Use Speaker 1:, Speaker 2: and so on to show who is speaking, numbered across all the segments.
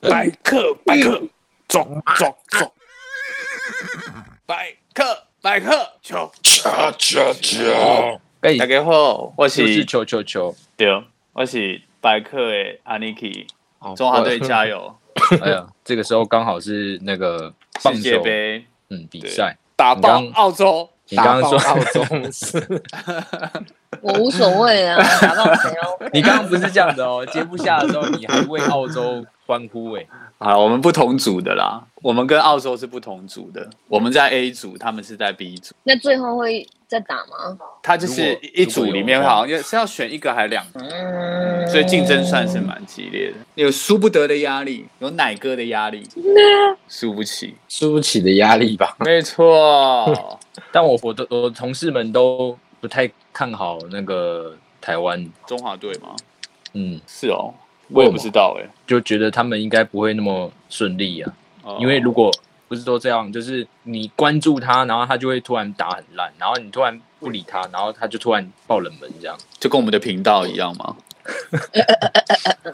Speaker 1: 百克，百克，走走走，百克，百克，球球球球。
Speaker 2: 哎
Speaker 3: 大，家好，我
Speaker 2: 就是是球球球，
Speaker 3: 对，我是白客的 Aniki，
Speaker 2: 哦
Speaker 3: 中华队加！ 油！
Speaker 2: 我哎 呀，这个时候刚好是那个棒
Speaker 3: 世界
Speaker 2: 球
Speaker 3: 杯
Speaker 2: 嗯比赛，
Speaker 1: 打爆
Speaker 2: 你刚
Speaker 1: 澳洲！
Speaker 2: 你刚刚说
Speaker 1: 打爆澳 洲，
Speaker 4: 我无所谓啊，打到谁哦？
Speaker 2: 你刚刚不是这样的哦，接 不下的时候你还为澳洲欢呼哎，
Speaker 3: 啊，我们不同组的啦，我们跟澳洲是不同组的，我们在 A 组，他们是在 B 组。
Speaker 4: 那最后会再打吗？
Speaker 3: 他就是
Speaker 2: 如果
Speaker 3: 一组里面
Speaker 2: 如果有
Speaker 3: 好像是要选一个还是两个，
Speaker 4: 嗯，
Speaker 3: 所以竞争算是蛮激烈的，有输不得的压力，有奶哥的压力，输不起。
Speaker 5: 输不起的压力吧。
Speaker 3: 没错，
Speaker 2: 但我我的我的同事们都不太看好那个台湾，
Speaker 3: 中华队吗？
Speaker 2: 嗯，
Speaker 3: 是哦，我也不知道哎、
Speaker 2: 就觉得他们应该不会那么顺利啊，
Speaker 3: 哦
Speaker 2: 因为如果不是都这样，就是你关注他，然后他就会突然打很烂，然后你突然不理他，然后他就突然爆冷门这样。
Speaker 3: 就跟我们的频道一样嘛，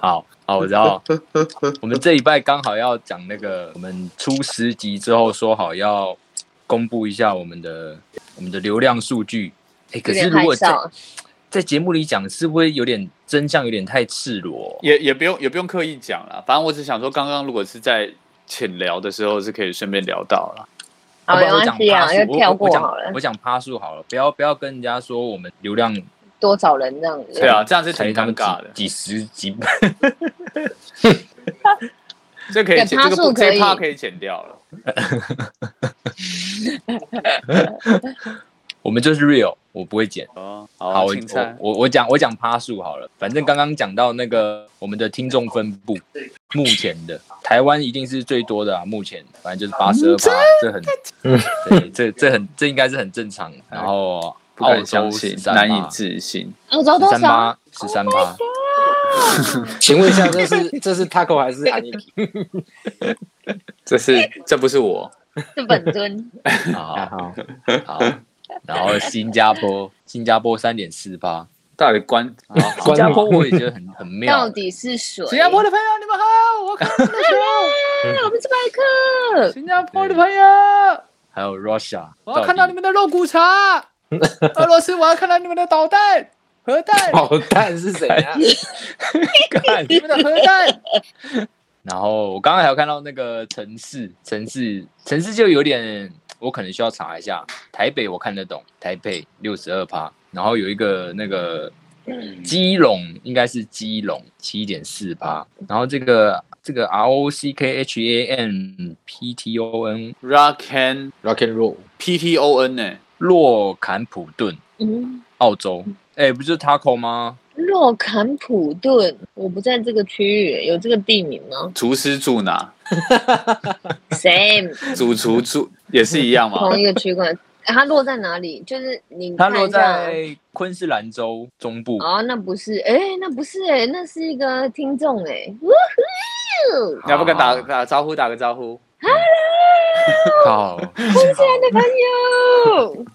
Speaker 2: 好好，我知 道。我们这一拜刚好要讲那个，我们出十集之后说好要公布一下我们的我们的流量数据。哎、可
Speaker 4: 有
Speaker 2: 是
Speaker 4: 点
Speaker 2: 如
Speaker 4: 害
Speaker 2: 果在
Speaker 4: 臊。
Speaker 2: 在节目里讲，是不是有点真相有点太赤裸？
Speaker 4: 哦
Speaker 3: 也也不用也不用刻意讲啦，反正我只想说，刚刚如果是在浅聊的时候是可以顺便聊到啦。
Speaker 4: 好，
Speaker 2: 要
Speaker 4: 没
Speaker 2: 不然我讲
Speaker 4: 关系啊，
Speaker 2: 趴
Speaker 4: 就
Speaker 2: 数我
Speaker 4: 跳过
Speaker 2: 我讲
Speaker 4: 好了
Speaker 2: 我。讲趴数好了，不要不要跟人家说我们流量
Speaker 4: 多少人这样子？
Speaker 3: 对啊，这样是挺
Speaker 2: 才他
Speaker 3: 尴
Speaker 2: 们几
Speaker 3: 尬的，
Speaker 2: 几十几百。
Speaker 3: 这可以
Speaker 4: 对
Speaker 3: 剪，
Speaker 4: 趴
Speaker 3: 这个不
Speaker 4: 数可
Speaker 3: 这
Speaker 4: 以
Speaker 3: 趴可以剪掉了。
Speaker 2: 我们就是 real，我不会剪。
Speaker 3: 哦，
Speaker 2: 好，
Speaker 3: 好，
Speaker 2: 我
Speaker 3: 青菜
Speaker 2: 我我我讲我讲趴数好了，反正刚刚讲到那个我们的听众分布，目前的台湾一定是最多的啊，目前反正就是八十二趴，这很，对，这这很这应该是很正常。然后
Speaker 3: 不
Speaker 2: 澳
Speaker 3: 敢
Speaker 2: 洲
Speaker 3: 相信
Speaker 2: 十，三
Speaker 3: 哦难以
Speaker 2: 趴，
Speaker 3: 置信。
Speaker 4: 澳洲哦
Speaker 2: 十
Speaker 4: 多
Speaker 2: 三
Speaker 4: 少？
Speaker 2: 趴，十三趴，
Speaker 5: 请问一下，这是这是 Taco 还是 Aniki？
Speaker 3: 这是这不是我，
Speaker 4: 是本 尊。
Speaker 2: 好
Speaker 5: 啊好，
Speaker 2: 好。然后新加坡，新加坡三点四趴，
Speaker 3: 到底 关？
Speaker 2: 新加坡我也觉得很很妙
Speaker 4: 到，底是谁？
Speaker 3: 新加坡的朋友，你们好，我看你们球。
Speaker 4: 啊， 我们是麦克。
Speaker 3: 新加坡的朋友，
Speaker 2: 还有 Russia，
Speaker 3: 我要看
Speaker 2: 到
Speaker 3: 到
Speaker 2: 底
Speaker 3: 你们的肉骨茶。俄罗斯，我要看到你们的导弹、核弹，
Speaker 5: 导弹是谁啊？
Speaker 2: 干
Speaker 3: 你们的核弹。
Speaker 2: 然后我刚刚还有看到那个城市，城市，城市就有点，我可能需要查一下。台北我看得懂，台北六十二趴，然后有一个那个基隆，应该是基隆七点四趴，然后这个这个 R O C K H A N P T O N
Speaker 3: Rock and
Speaker 5: Rock and Roll，
Speaker 3: P T O N 呢？
Speaker 2: 洛坎普顿，
Speaker 4: 嗯，
Speaker 2: 澳洲。哎，不是 Taco 吗？
Speaker 4: 洛坎普顿，我不在这个区域，有这个地名吗
Speaker 3: 厨师住哪？
Speaker 4: ？Same，
Speaker 3: 主厨住也是一样嘛。
Speaker 4: 同一个区块。它落在哪里？就是你
Speaker 2: 它
Speaker 4: 看
Speaker 2: 落
Speaker 4: 一下。
Speaker 2: 在昆士兰州中部。
Speaker 4: 哦，那不是，哎、那不是、哎，那是一个听众、哎，
Speaker 3: 你要不跟打
Speaker 2: 好
Speaker 3: 打招呼，打个招呼。
Speaker 2: 靠，昆士兰的
Speaker 4: 哎呦，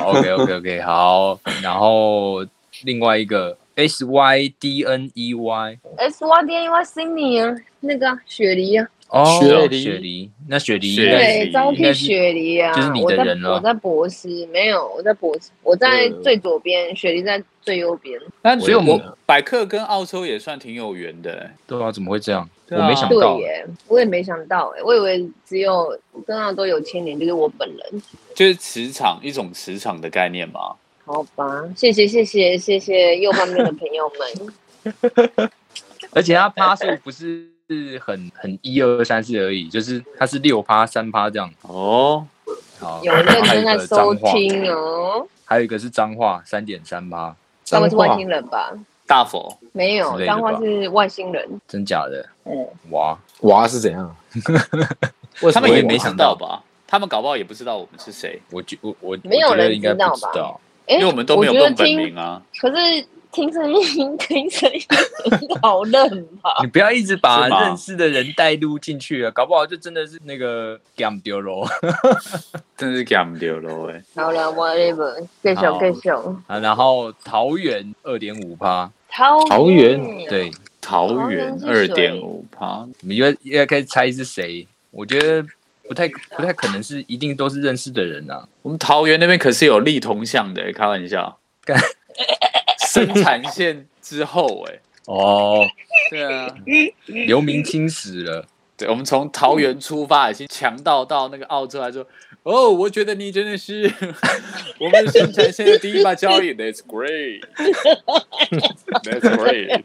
Speaker 2: 好，OK OK OK，好。然后另外一个 S Y D N E Y，
Speaker 4: S Y D N Y Senior 那个雪梨啊，
Speaker 2: 哦，
Speaker 5: 雪梨
Speaker 2: 雪梨，那雪梨
Speaker 3: 雪
Speaker 2: 应
Speaker 3: 梨
Speaker 2: 该是
Speaker 4: 对，招
Speaker 2: 应该
Speaker 4: 聘
Speaker 2: 是
Speaker 4: 雪梨啊，
Speaker 2: 就是你的人了
Speaker 4: 我在我在博斯，没有，我在博斯，我在最左边，雪梨在最右边。
Speaker 3: 但
Speaker 2: 所以我们
Speaker 3: 百克跟澳洲也算挺有缘的、欸，
Speaker 2: 对啊，怎么会这样？
Speaker 3: 对
Speaker 2: 我
Speaker 3: 啊
Speaker 2: 没想
Speaker 4: 对
Speaker 2: 到，
Speaker 4: 耶，我也没想到，哎，我以为只有跟澳洲有牵连，就是我本人。
Speaker 3: 就是磁场一种磁场的概念嘛。
Speaker 4: 好吧，谢谢谢谢谢谢右半边的朋友 们。
Speaker 2: 而且它趴数不是很很一二三四而已，就是它是六趴三趴这样。
Speaker 3: 哦，
Speaker 2: 好，
Speaker 4: 有认
Speaker 2: 还有
Speaker 4: 真
Speaker 2: 一
Speaker 4: 在
Speaker 2: 个
Speaker 4: 收
Speaker 2: 脏话，
Speaker 4: 听哦，
Speaker 2: 还有一个是脏话三点三趴，
Speaker 4: 他
Speaker 5: 脏
Speaker 4: 们是外
Speaker 5: 话
Speaker 4: 星人吧？
Speaker 3: 大佛，
Speaker 4: 没
Speaker 2: 之
Speaker 4: 有，
Speaker 2: 类的
Speaker 4: 彰化
Speaker 2: 吧
Speaker 4: 是外星人。
Speaker 2: 真假的？
Speaker 4: 嗯，
Speaker 2: 哇，
Speaker 5: 娃是怎样？为
Speaker 3: 他
Speaker 5: 什么
Speaker 3: 们
Speaker 5: 会
Speaker 3: 也
Speaker 5: 娃
Speaker 3: 没想到吧？他们搞不好也不知道我们是谁，
Speaker 2: 我觉我我
Speaker 4: 没有
Speaker 2: 我觉得
Speaker 4: 人
Speaker 2: 应该
Speaker 4: 知道
Speaker 2: 不知
Speaker 4: 吧
Speaker 2: 道。
Speaker 4: 哎
Speaker 3: 因为我们都没有
Speaker 4: 我觉得
Speaker 3: 用本
Speaker 4: 听
Speaker 3: 名啊。
Speaker 4: 可是听声音，听声音很好认吧？
Speaker 2: 你不要一直把
Speaker 3: 是吗
Speaker 2: 认识的人带入进去啊，搞不好就真的是那个 gam 丢喽。
Speaker 3: 真是 g a m 丢了哎！
Speaker 4: 好了，whatever，更
Speaker 2: 好
Speaker 4: 小更小。
Speaker 2: 啊，然后桃园二点五趴，
Speaker 4: 桃
Speaker 5: 桃园
Speaker 2: 对，
Speaker 3: 桃园
Speaker 4: 桃园是
Speaker 3: 二
Speaker 4: 谁
Speaker 3: 点五趴，
Speaker 2: 你们应该可以猜是谁？我觉得不太不太可能是一定都是认识的人啊。
Speaker 3: 我们桃园那边可是有立铜像的、开玩 笑
Speaker 2: 干。
Speaker 3: 生产线之后、哎，
Speaker 2: 哦，
Speaker 3: 对啊，
Speaker 2: 刘明清死了，
Speaker 3: 对，我们从桃园出发，已经强到到那个澳洲来说，哦，我觉得你真的是 我们生产线的第一把交椅，That's great, That's great，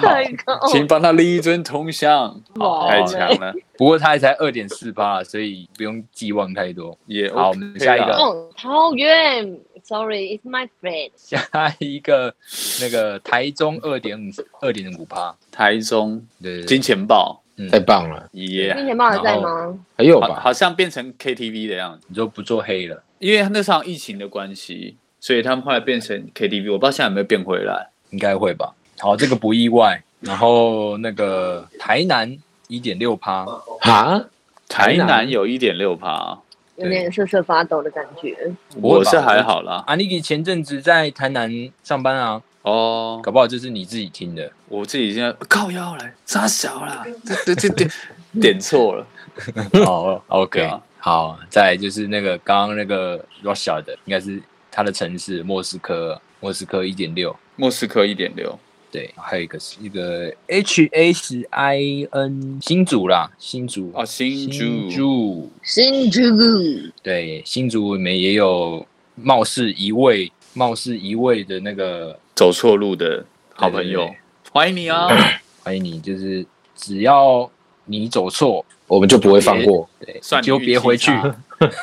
Speaker 4: 太高，
Speaker 3: 请帮他立一尊铜像，
Speaker 4: 哇
Speaker 3: 太强了，
Speaker 2: 不过他也才二点四八，所以不用寄望太多。
Speaker 3: 也
Speaker 2: 好
Speaker 3: OK 啦
Speaker 2: 我们下一个
Speaker 4: 哦，桃园，sorry，it's my friend，
Speaker 2: 下一个那个台中二点五二点五趴，
Speaker 3: 台中
Speaker 2: 对对对
Speaker 3: 金钱豹
Speaker 5: 太棒了，
Speaker 3: 耶
Speaker 4: 金钱豹还在吗？
Speaker 5: 还有
Speaker 3: 好
Speaker 5: 吧？
Speaker 3: 好像变成 KTV 的样子，
Speaker 2: 你就不做黑了，
Speaker 3: 因为那场疫情的关系，所以他们后来变成 KTV，我不知道现在有没有变回来。
Speaker 2: 应该会吧？好，这个不意外。然后那个台南一点六趴，
Speaker 5: 哈，
Speaker 3: 台
Speaker 5: 台南
Speaker 3: 南有一点六趴，
Speaker 4: 有点瑟瑟发抖的感觉。
Speaker 2: 不会
Speaker 3: 我
Speaker 2: 吧
Speaker 3: 是还好啦。
Speaker 2: 阿尼给前阵子在台南上班啊，
Speaker 3: 哦，
Speaker 2: 搞不好这是你自己听的。
Speaker 3: 我自己现在靠腰来扎小 啦，这这这点点错了。
Speaker 2: 好，OK，、
Speaker 3: 对啊
Speaker 2: 好，再来就是那个刚刚那个 Russia 的，应该是他的城市莫斯科，莫斯科一点六，
Speaker 3: 莫斯科一点六，
Speaker 2: 对，还有一个是一个 H S I N 新竹啦，新竹
Speaker 3: 哦新竹
Speaker 2: 竹
Speaker 4: 新竹，
Speaker 2: 对，新竹里面也有貌似一位，貌似一位的那个
Speaker 3: 走错路的好朋
Speaker 2: 对
Speaker 3: 友
Speaker 2: 对对，
Speaker 3: 欢迎 你哦。
Speaker 2: 欢迎你，就是只要你走错，
Speaker 5: 我们就不会放过。
Speaker 2: 对，
Speaker 3: 算
Speaker 2: 你就
Speaker 3: 你运
Speaker 2: 别
Speaker 3: 气
Speaker 2: 回去
Speaker 3: 差。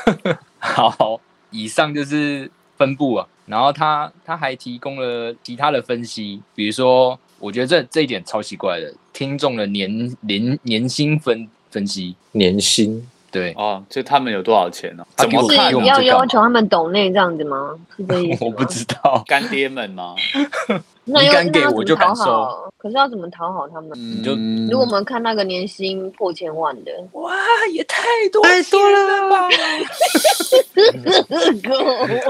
Speaker 2: 好，以上就是分布啊。然后他他还提供了其他的分析，比如说，我觉得这这一点超奇怪的，听众的年年年薪分分析，
Speaker 5: 年薪
Speaker 2: 对，
Speaker 3: 哦，就他们有多少钱呢？
Speaker 2: 他
Speaker 3: 怎
Speaker 2: 比我
Speaker 3: 么
Speaker 4: 是
Speaker 3: 看
Speaker 2: 给我们
Speaker 4: 要
Speaker 2: 这干嘛
Speaker 4: 要求他们懂内这样子吗？是这意 思
Speaker 2: 我
Speaker 4: 吗？
Speaker 2: 不知道，
Speaker 3: 干爹们吗？
Speaker 4: 那
Speaker 2: 你
Speaker 4: 要
Speaker 2: 敢给
Speaker 4: 那要
Speaker 2: 我
Speaker 4: 怎么
Speaker 2: 就敢嗯
Speaker 4: 讨好可是要怎么讨好他们？
Speaker 3: 你
Speaker 2: 就
Speaker 4: 如果我们看那个年薪破千万的，
Speaker 2: 哇，也太多太多了吧？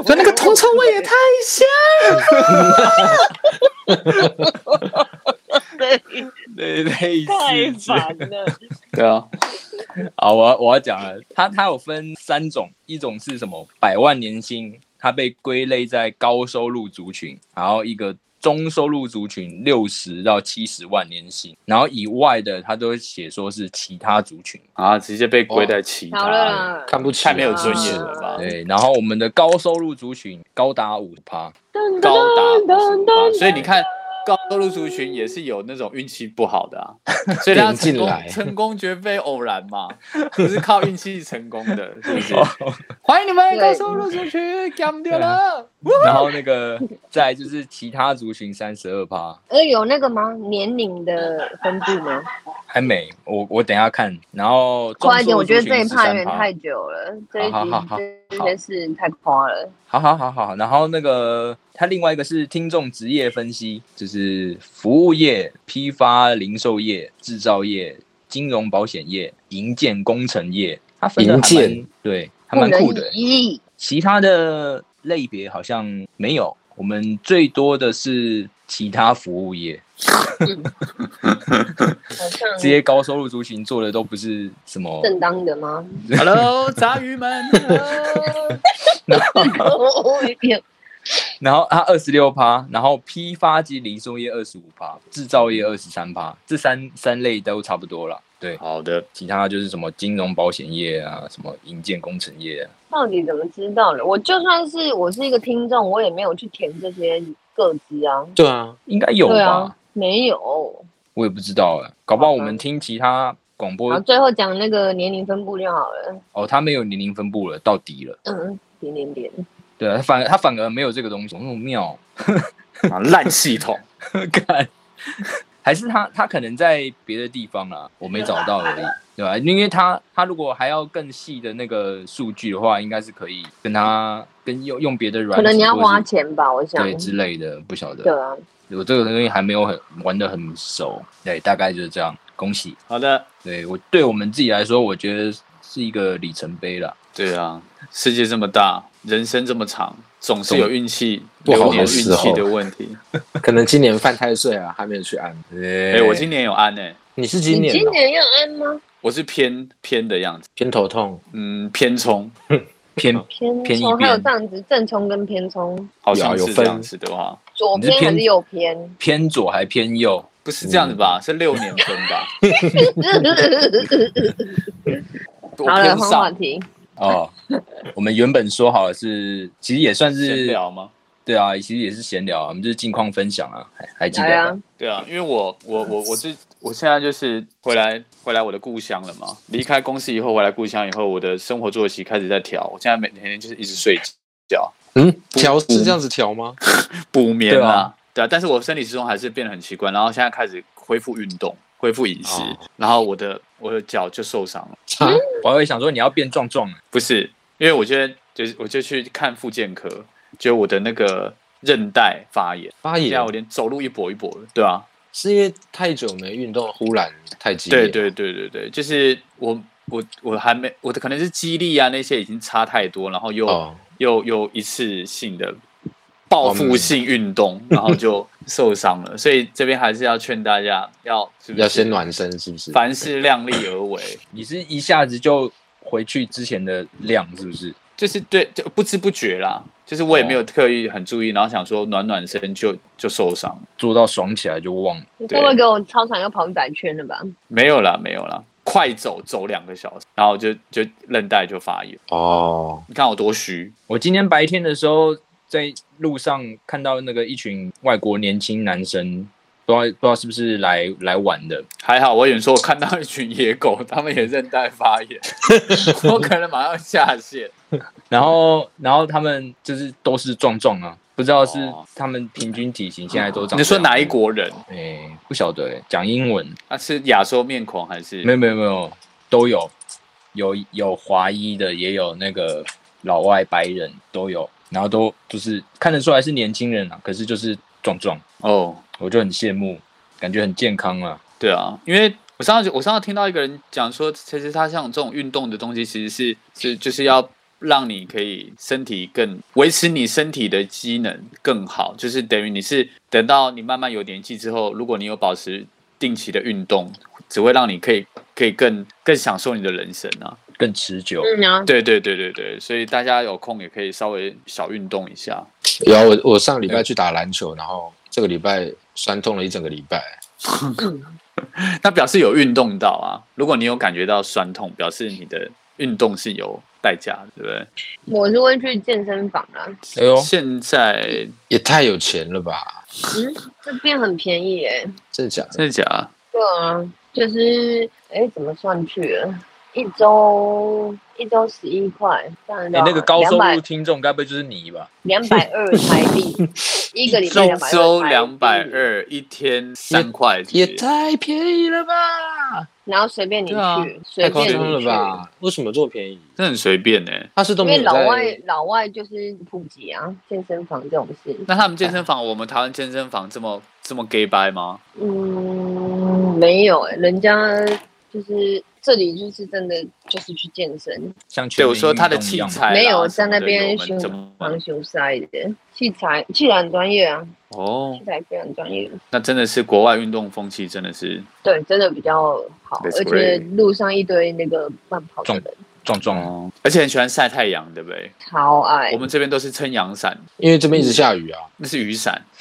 Speaker 4: 那那个
Speaker 3: 铜臭味也太香。
Speaker 2: 类类
Speaker 4: 太
Speaker 2: 似之
Speaker 4: 烦了，
Speaker 3: 对啊，
Speaker 2: 好，我要我要讲了，它它有分三种，一种是什么百万年薪，它被归类在高收入族群，然后一个中收入族群六十到七十万年薪，然后以外的它都会写说是其他族群。
Speaker 3: 啊，直接被归在其
Speaker 4: 好
Speaker 3: 他
Speaker 4: 了
Speaker 3: 了，
Speaker 4: 啦，
Speaker 5: 看不起，啊
Speaker 3: 太没有尊严了吧？
Speaker 2: 对，然后我们的高收入族群高达五趴，
Speaker 4: 噔
Speaker 3: 高达
Speaker 4: 噔噔
Speaker 3: 啊，
Speaker 4: 噔，
Speaker 3: 所以你看，高收入族群也是有那种运气不好的 啊，所以他成
Speaker 5: 点进
Speaker 3: 功
Speaker 5: 来
Speaker 3: 成功绝非偶然嘛，不是靠运气成功的，是不是？
Speaker 4: 哦
Speaker 3: 欢迎你们高收入族群，干掉了。
Speaker 2: 啊然后那个再来就是其他族群三十二趴，
Speaker 4: 呃，有那个吗？年龄的分布吗？
Speaker 2: 还没，我我等一下看。然后中
Speaker 4: 快
Speaker 2: 收
Speaker 4: 一点，
Speaker 2: 入
Speaker 4: 我
Speaker 2: 族
Speaker 4: 觉得
Speaker 2: 群
Speaker 4: 这一
Speaker 2: 十
Speaker 4: 趴有
Speaker 2: 三
Speaker 4: 点
Speaker 2: 趴
Speaker 4: 太。久了，这一
Speaker 2: 好
Speaker 4: 集
Speaker 2: 好好
Speaker 4: 这
Speaker 2: 好
Speaker 4: 件事太夸了。
Speaker 2: 好好好好，然后那个它另外一个是听众职业分析，就是服务业、批发零售业、制造业、金融保险业、营建工程业，它分的
Speaker 5: 营建
Speaker 2: 对，还蛮酷的。
Speaker 4: 咦，
Speaker 2: 其他的类别好像没有，我们最多的是其他服务业，
Speaker 4: 好像
Speaker 2: 这些高收入族群做的都不是什么。
Speaker 4: 正当的 吗？
Speaker 3: Hello，杂鱼们，hello
Speaker 4: 我有点
Speaker 2: 然后它二十六趴，然后批发及零售业二十五趴，制造业二十三趴，这三三类都差不多了。对，
Speaker 3: 好的，
Speaker 2: 其他就是什么金融保险业啊，什么营建工程业、啊，
Speaker 4: 到底怎么知道的？我就算是我是一个听众，我也没有去填这些个资啊。
Speaker 5: 对啊，
Speaker 2: 应该有吧？
Speaker 4: 对啊，没有。
Speaker 2: 我也不知道哎、搞不好
Speaker 4: 好
Speaker 2: 我
Speaker 4: 吧
Speaker 2: 们听其他广播
Speaker 4: 然后最后讲那个年龄分布就好了。
Speaker 2: 哦，他没有年龄分布了，到底了。
Speaker 4: 嗯，点点点。
Speaker 2: 对啊，他反而他反而没有这个东西，那么妙，哦
Speaker 3: 啊烂系统，
Speaker 2: 看，还是他他可能在别的地方啦，我没找到 而已，对吧、因为他他如果还要更细的那个数据的话，应该是可以跟他跟用用别的软
Speaker 4: 可
Speaker 2: 体，
Speaker 4: 能你要
Speaker 2: 或者是
Speaker 4: 花钱吧，我想
Speaker 2: 对。之类的，不晓得
Speaker 4: 对。啊，
Speaker 2: 我这个东西还没有很玩的很熟，对，大概就是这样。恭喜，
Speaker 3: 好的，
Speaker 2: 对我对我们自己来说，我觉得是一个里程碑啦。
Speaker 3: 对啊，世界这么大，人生这么长，总是有运气
Speaker 5: 不
Speaker 3: 流
Speaker 5: 好的
Speaker 3: 年运
Speaker 5: 时候
Speaker 3: 气的问题。
Speaker 5: 可能今年犯太岁啊，还没有去安。
Speaker 2: 哎
Speaker 3: 哎、我今年有安诶、
Speaker 5: 你是今
Speaker 4: 你
Speaker 5: 年、
Speaker 4: 今
Speaker 5: 哦、
Speaker 4: 年要安吗？
Speaker 3: 我是偏偏的样子，
Speaker 5: 偏头痛，
Speaker 3: 嗯，偏冲，
Speaker 2: 偏
Speaker 4: 偏
Speaker 2: 偏一
Speaker 4: 冲还有
Speaker 2: 边
Speaker 4: 这样子，正冲跟偏冲，
Speaker 3: 好像
Speaker 5: 有
Speaker 3: 是这
Speaker 5: 分
Speaker 3: 样子的话，
Speaker 4: 左
Speaker 2: 你是
Speaker 4: 偏
Speaker 2: 偏
Speaker 4: 还是右偏？
Speaker 2: 偏左还偏右？
Speaker 3: 不
Speaker 5: 嗯
Speaker 3: 是这样子吧？是六年分 吧？我
Speaker 4: 好了，
Speaker 3: 偏
Speaker 4: 换话
Speaker 3: 上
Speaker 4: 题。
Speaker 2: 哦，我们原本说好了是，其实也算
Speaker 3: 闲
Speaker 2: 是
Speaker 3: 聊吗？
Speaker 2: 对啊，其实也是闲聊啊，我们就是近况分享啊，还还记得
Speaker 4: 来
Speaker 2: 吧
Speaker 4: 啊，
Speaker 3: 对啊，因为我我我我是我现在就是回来回来我的故乡了嘛，离开公司以后回来故乡以后，我的生活作息开始在调，我现在每天就是一直睡觉
Speaker 5: 嗯，调是这样子调吗？
Speaker 3: 补眠
Speaker 2: 对
Speaker 3: 啊
Speaker 2: 啊，
Speaker 3: 对啊，但是我身体始终还是变得很奇怪，然后现在开始恢复运动。恢复饮食，
Speaker 5: 哦
Speaker 3: 然后我的我的脚就受伤了，
Speaker 5: 啊
Speaker 2: 我还会想说你要变壮壮啊了，
Speaker 3: 不是，因为我觉得就是我就去看复健科，就我的那个韧带发炎，
Speaker 5: 发
Speaker 3: 现
Speaker 5: 炎
Speaker 3: 在我连走路一跛一跛的，对啊，
Speaker 5: 是因为太久没运动，忽然太激
Speaker 3: 对，
Speaker 5: 烈。
Speaker 3: 对对对对，就是我我我还没我的可能是肌力啊那些已经差太多，然后又、
Speaker 5: 哦，
Speaker 3: 又又一次性的报复性运动，然后就受伤了。所以这边还是要劝大家要是不是
Speaker 5: 要先暖身是不是？
Speaker 3: 凡事量力而为，
Speaker 2: 你是一下子就回去之前的量是不是？
Speaker 3: 就是对就不知不觉啦。就是我也没有特意很注意，然后想说暖暖身就就受伤，
Speaker 2: 做到爽起来就忘了，
Speaker 4: 你该不会给我操场要跑一百圈了吧？
Speaker 3: 没有啦没有啦，快走走两个小时，然后就就韧带就发炎，
Speaker 5: 哦，
Speaker 3: 你看我多虚，
Speaker 2: 我今天白天的时候在路上看到那个一群外国年轻男生，不知道不知道是不是来来玩的，
Speaker 3: 还好，我有时候看到一群野狗，他们也韧带发 炎，我可能马上下线。
Speaker 2: 然后然后他们就是都是壮壮啊，不知道是
Speaker 3: 哦
Speaker 2: 他们平均体型现在都长。
Speaker 3: 你说哪一？国人？
Speaker 2: 哎、不晓得、欸，讲英文
Speaker 3: 啊，是亚洲面孔还是？
Speaker 2: 没有没有没有都有，有有华裔的，也有那个老外白人都有，然后都就是看得出来是年轻人啊，可是就是壮壮，
Speaker 3: 哦，
Speaker 2: 我就很羡慕，感觉很健康啊。
Speaker 3: 对啊，因为我上次我上次听到一个人讲说，其实他像这种运动的东西，其实是是就是要让你可以身体更维持你身体的机能更好，就是等于你是等到你慢慢有年纪之后，如果你有保持定期的运动，只会让你可以可以更更享受你的人生啊。
Speaker 2: 更持久，
Speaker 4: 嗯啊，
Speaker 3: 对对对对对，所以大家有空也可以稍微小运动一下。
Speaker 5: 有啊我我上礼拜去打篮球，然后这个礼拜酸痛了一整个礼拜。
Speaker 3: 那表示有运动到啊，如果你有感觉到酸痛，表示你的运动是有代价的，对不对？
Speaker 4: 我是会去健身房啊啦，
Speaker 2: 哎呦，
Speaker 3: 现在
Speaker 5: 也太有钱了吧？
Speaker 4: 嗯这边很便宜耶、
Speaker 5: 真的假的？
Speaker 3: 真的假的？
Speaker 4: 对啊，就是哎、怎么算去了？一周一周十一块，这样
Speaker 2: 你、那个高收
Speaker 4: 两百
Speaker 2: 入听众该不会就是你吧？
Speaker 4: 两百二台币，一个礼拜
Speaker 3: 一
Speaker 4: 220
Speaker 3: 周两百
Speaker 4: 台币，
Speaker 3: 二，一天三块
Speaker 5: 也
Speaker 3: 钱，
Speaker 5: 太便宜了吧？
Speaker 4: 然后随便你
Speaker 3: 对啊
Speaker 4: 去，随
Speaker 5: 太夸
Speaker 4: 便
Speaker 5: 张
Speaker 4: 你
Speaker 5: 了
Speaker 4: 去。
Speaker 5: 吧？为什么这么便宜？
Speaker 3: 这很随便呢、
Speaker 5: 他是都
Speaker 4: 因
Speaker 5: 没
Speaker 4: 为
Speaker 5: 有
Speaker 4: 老
Speaker 5: 在
Speaker 4: 外老外就是普及啊，健身房这种事，
Speaker 3: 那他们健身房，我们台湾健身房这么这么 gay 掰吗？
Speaker 4: 嗯，没有哎、人家就是这里就是真的就是去健身，
Speaker 2: 像
Speaker 3: 对
Speaker 2: 全
Speaker 3: 我
Speaker 2: 民
Speaker 3: 说他的
Speaker 2: 运动一
Speaker 3: 器
Speaker 2: 样吗
Speaker 3: 材啦
Speaker 4: 没有
Speaker 3: 什
Speaker 4: 在
Speaker 3: 么的
Speaker 4: 那边嗯
Speaker 3: 我们
Speaker 4: 巡
Speaker 3: 怎么
Speaker 4: 航修塞的器材，器材很专业啊，
Speaker 3: 哦
Speaker 4: 器，材非常专业，
Speaker 3: 那真的是国外运动风气真的是
Speaker 4: 对，真的比较好，
Speaker 3: That's
Speaker 4: 而且路上一堆那个慢跑的人，
Speaker 2: 壮壮啊，
Speaker 3: 哦，而且很喜欢晒太阳，对不对？
Speaker 4: 超爱
Speaker 3: 我。们这边都是撑阳伞，
Speaker 5: 因为这边一直下雨啊，
Speaker 3: 那是雨伞。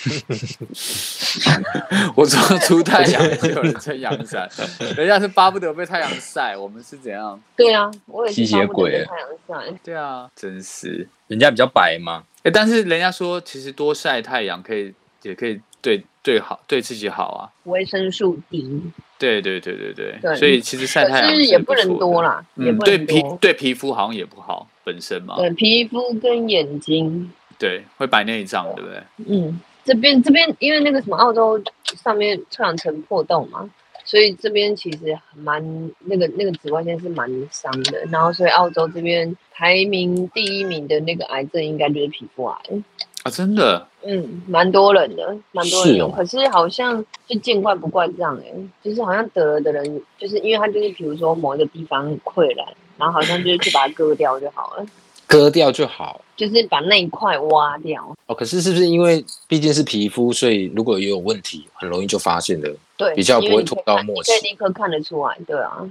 Speaker 3: 我说出太阳就有人撑阳伞，人家是巴不得被太阳晒，我们是怎样？
Speaker 4: 对啊，我也是
Speaker 2: 吸血
Speaker 4: 巴不得
Speaker 2: 鬼
Speaker 4: 被
Speaker 2: 欸
Speaker 4: 太阳晒，
Speaker 3: 对啊，真是。
Speaker 2: 人家比较白嘛，
Speaker 3: 哎，但是人家说，其实多晒太阳可以，也可以对对好，对自己好啊。
Speaker 4: 维生素 D，
Speaker 3: 对对对对对，
Speaker 4: 对
Speaker 3: 所以其实晒
Speaker 4: 可
Speaker 3: 太阳
Speaker 4: 是也不能多
Speaker 3: 了，
Speaker 4: 啦，也
Speaker 3: 嗯，
Speaker 4: 不
Speaker 3: 对
Speaker 4: 能
Speaker 3: 皮
Speaker 4: 多。
Speaker 3: 对皮肤好像也不好，本身嘛，
Speaker 4: 对呃皮肤跟眼睛，
Speaker 3: 对，会白内障，对不对？
Speaker 4: 嗯，这边这边因为那个什么澳洲上面臭氧层破洞嘛，所以这边其实蛮那个那个紫外线是蛮伤的。然后所以澳洲这边排名第一名的那个癌症应该就是皮肤癌，
Speaker 5: 嗯
Speaker 3: 啊，真的，
Speaker 4: 嗯，蛮多人的，蛮多人
Speaker 5: 是
Speaker 4: 有。
Speaker 5: 哦
Speaker 4: 可是好像就见怪欸不怪这样哎、就是好像得了的人，就是因为他就是比如说某一个地方溃烂，然后好像就是去把它割掉就好了，
Speaker 5: 割掉就好。
Speaker 4: 就是把那一块挖掉。
Speaker 5: 哦，可是是不是因为毕竟是皮肤，所以如果也有问题，很容易就发现的？
Speaker 4: 对，
Speaker 5: 比较不
Speaker 4: 因为
Speaker 5: 会
Speaker 4: 你
Speaker 5: 拖
Speaker 4: 可以
Speaker 5: 到
Speaker 4: 看
Speaker 5: 末
Speaker 4: 你可以
Speaker 5: 期
Speaker 4: 立刻看得出来，对啊，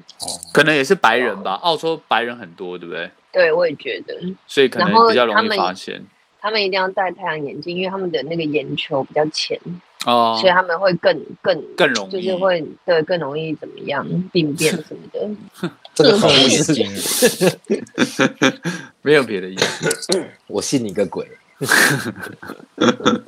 Speaker 3: 可能也是白人吧，澳洲白人很多，对不对？
Speaker 4: 对我也觉得
Speaker 3: 所以可能
Speaker 4: 然后
Speaker 3: 比较容易
Speaker 4: 他们
Speaker 3: 发现
Speaker 4: 他们一定要戴太阳眼镜，因为他们的那个眼球比较浅，
Speaker 3: 哦，
Speaker 4: 所以他们会更更
Speaker 3: 更容易
Speaker 4: 就是会对更容易怎么样病变什么的。
Speaker 5: 这个很
Speaker 4: 嗯
Speaker 5: 我信，
Speaker 3: 没有别的意思。
Speaker 5: 我信你个鬼！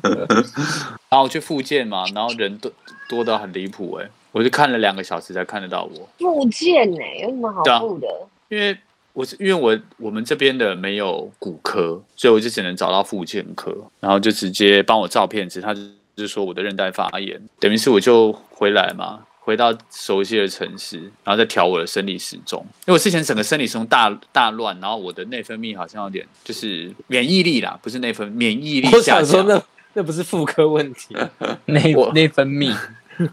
Speaker 3: 然后我去复健嘛，然后人多多到很离谱哎，我就看了两个小时才看得到我，
Speaker 4: 附件呢、有什么好
Speaker 3: 对啊
Speaker 4: 附的？
Speaker 3: 因为我是因为我我们这边的没有骨科，所以我就只能找到复健科，然后就直接帮我照片子，他就是说我的韧带发炎，等于是我就回来嘛。回到熟悉的城市，然后再调我的生理时钟，因为我之前整个生理时钟大大乱，然后我的内分泌好像有点就是免疫力啦，不是内分免疫力
Speaker 5: 我
Speaker 3: 下
Speaker 5: 想说
Speaker 3: 降，
Speaker 5: 那那不是妇科问 题，
Speaker 2: 内
Speaker 3: 我
Speaker 2: 内分泌，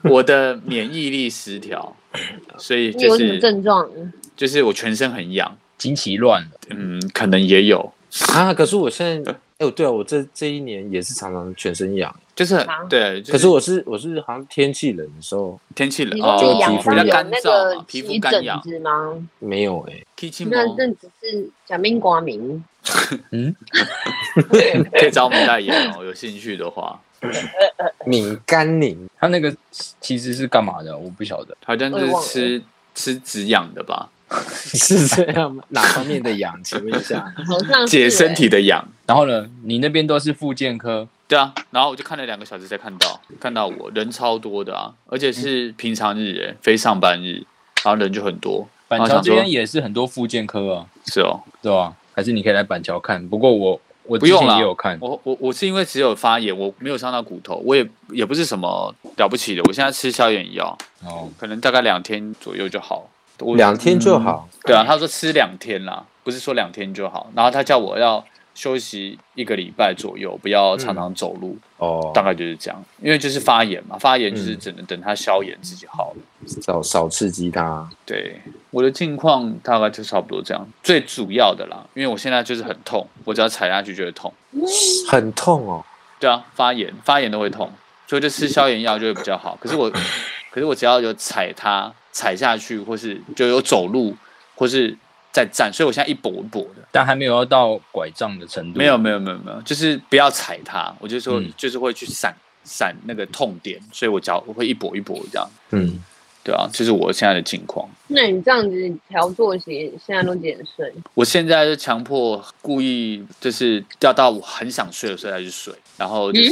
Speaker 3: 我的免疫力失调，所以
Speaker 4: 你有
Speaker 3: 就
Speaker 4: 什么
Speaker 3: 是
Speaker 4: 症状？
Speaker 3: 就是我全身很痒，
Speaker 2: 经期乱了，
Speaker 3: 嗯，可能也有，
Speaker 5: 啊，可是我现在，哎、对啊，我这这一年也是常常全身痒，
Speaker 3: 就是很
Speaker 4: 啊
Speaker 3: 对，就
Speaker 5: 可是我是我是好像天气冷的时候
Speaker 3: 天气冷哦
Speaker 4: 你，说
Speaker 5: 就
Speaker 4: 你
Speaker 5: 皮
Speaker 4: 痒
Speaker 5: 肤
Speaker 4: 到
Speaker 5: 比
Speaker 4: 有
Speaker 5: 较
Speaker 3: 干
Speaker 4: 那
Speaker 3: 燥
Speaker 4: 个
Speaker 3: 嘛，皮
Speaker 4: 起
Speaker 3: 肤干
Speaker 4: 疹
Speaker 3: 痒，
Speaker 4: 子吗？
Speaker 5: 没有哎、
Speaker 3: 提气
Speaker 4: 那
Speaker 3: 毛，
Speaker 4: 那只是假面瓜名，
Speaker 3: 可以找我们代言哦，有兴趣的话，
Speaker 5: 敏甘宁
Speaker 2: 他那个其实是干嘛的？我不晓得。
Speaker 3: 好像就
Speaker 4: 我也忘
Speaker 3: 是
Speaker 4: 了
Speaker 3: 吃吃止痒的吧，
Speaker 5: 是这样吗？哪方面的痒？请问一下，
Speaker 4: 好像是
Speaker 3: 解
Speaker 4: 欸
Speaker 3: 身体的痒。
Speaker 2: 然后呢，你那边都是复健科，
Speaker 3: 对啊，然后我就看了两个小时才看到，看到我人超多的啊，而且是平常日诶，非上班日，然后人就很多。
Speaker 2: 板
Speaker 3: 然
Speaker 2: 桥
Speaker 3: 后想
Speaker 2: 这
Speaker 3: 说
Speaker 2: 边也是很多复健科啊，
Speaker 3: 是哦，
Speaker 2: 对吧？还是你可以来板桥看。不过我我
Speaker 3: 不
Speaker 2: 之
Speaker 3: 用
Speaker 2: 前
Speaker 3: 啦
Speaker 2: 也有看，
Speaker 3: 我我我是因为只有发炎，我没有伤到骨头，我也也不是什么了不起的。我现在吃消炎药，
Speaker 2: 哦，
Speaker 3: 可能大概两天左右就好。我
Speaker 5: 两天就好。
Speaker 3: 对啊，他说吃两天啦，不是说两天就好。然后他叫我要休息一个礼拜左右，不要常常走路，
Speaker 5: 哦
Speaker 3: 大，概就是这样。因为就是发炎嘛，发炎就是
Speaker 5: 嗯
Speaker 3: 只能等它消炎自己好了。
Speaker 5: 少少刺激它。
Speaker 3: 对，我的近况大概就差不多这样，最主要的啦，因为我现在就是很痛，我只要踩下去就会痛。
Speaker 5: 很痛哦。
Speaker 3: 对啊，发炎发炎都会痛，所以就吃消炎药就会比较好。可是我，可是我只要有踩它踩下去，或是就有走路，或是在站，所以我现在一跛一跛的。
Speaker 2: 但还没有要到拐杖的程度。
Speaker 3: 没有，没有没有没有，就是不要踩它，我就说、
Speaker 2: 嗯
Speaker 3: 就是会去闪闪那个痛点，所以我脚我会一跛一跛这样。
Speaker 5: 嗯，
Speaker 3: 对啊，这、是我现在的境况。
Speaker 4: 那你这样子调作息，现在都几点睡？
Speaker 3: 我现在就强迫故意就是要到我很想睡的时候再去睡，然后就是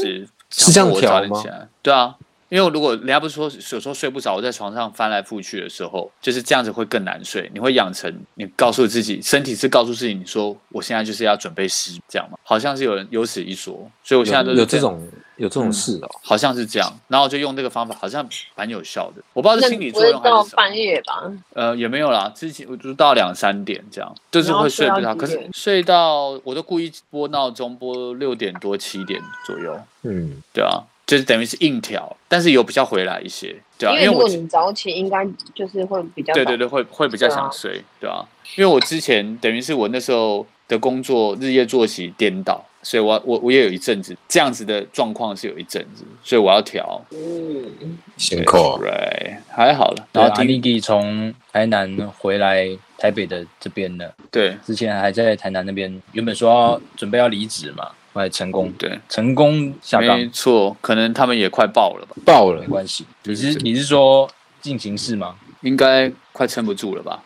Speaker 5: 是这
Speaker 3: 强
Speaker 5: 样
Speaker 3: 迫我早
Speaker 5: 调
Speaker 3: 点
Speaker 5: 吗
Speaker 3: 起来。对啊，因为如果人家不是说有时候睡不着，我在床上翻来覆去的时候，就是这样子会更难睡。你会养成你告诉自己，身体是告诉自己，你说我现在就是要准备湿，这样嘛？好像是有人有此一说，所以我现在都
Speaker 5: 有
Speaker 3: 是
Speaker 5: 有
Speaker 3: 这
Speaker 5: 这
Speaker 3: 样。
Speaker 5: 种有这种事哦。
Speaker 3: 好像是这样，然后我就用这个方法，好像蛮有效的。我不知道
Speaker 4: 那
Speaker 3: 是心理
Speaker 4: 不
Speaker 3: 作
Speaker 4: 是
Speaker 3: 用还
Speaker 4: 到
Speaker 3: 是什么
Speaker 4: 半夜吧？
Speaker 3: 呃，也没有啦，之前我就到两三点这样，就是会睡不
Speaker 4: 然
Speaker 3: 着，
Speaker 4: 后睡到
Speaker 3: 可
Speaker 4: 几
Speaker 3: 是
Speaker 4: 点
Speaker 3: 睡到我都故意拨闹钟，拨六点多七点左右，
Speaker 5: 嗯，
Speaker 3: 对啊，就是等于是硬调，但是有比较回来一些，对啊，因
Speaker 4: 为如
Speaker 3: 我
Speaker 4: 果你早起，应该就是会比较
Speaker 3: 对
Speaker 4: 早
Speaker 3: 对对会会比较想睡，对啊，因为我之前等于是我那时候的工作日夜作息颠倒，所以我我我也有一阵子这样子的状况是有一阵子，所以我要调，
Speaker 4: 嗯，
Speaker 5: 辛苦。哦
Speaker 3: 对，还好了，
Speaker 2: 对
Speaker 3: 然后
Speaker 2: 啊，
Speaker 3: 第
Speaker 2: 阿
Speaker 3: 一
Speaker 2: 丽给从台南回来台北的这边的，
Speaker 3: 对
Speaker 2: 之前还在台南那边，原本说要准备要离职嘛，后来成功
Speaker 3: 对，
Speaker 2: 成功下岗，
Speaker 3: 嗯没错，可能他们也快爆了吧。
Speaker 5: 爆了
Speaker 2: 没，关系。你是你是说进行式吗？
Speaker 3: 应该快撑不住了吧？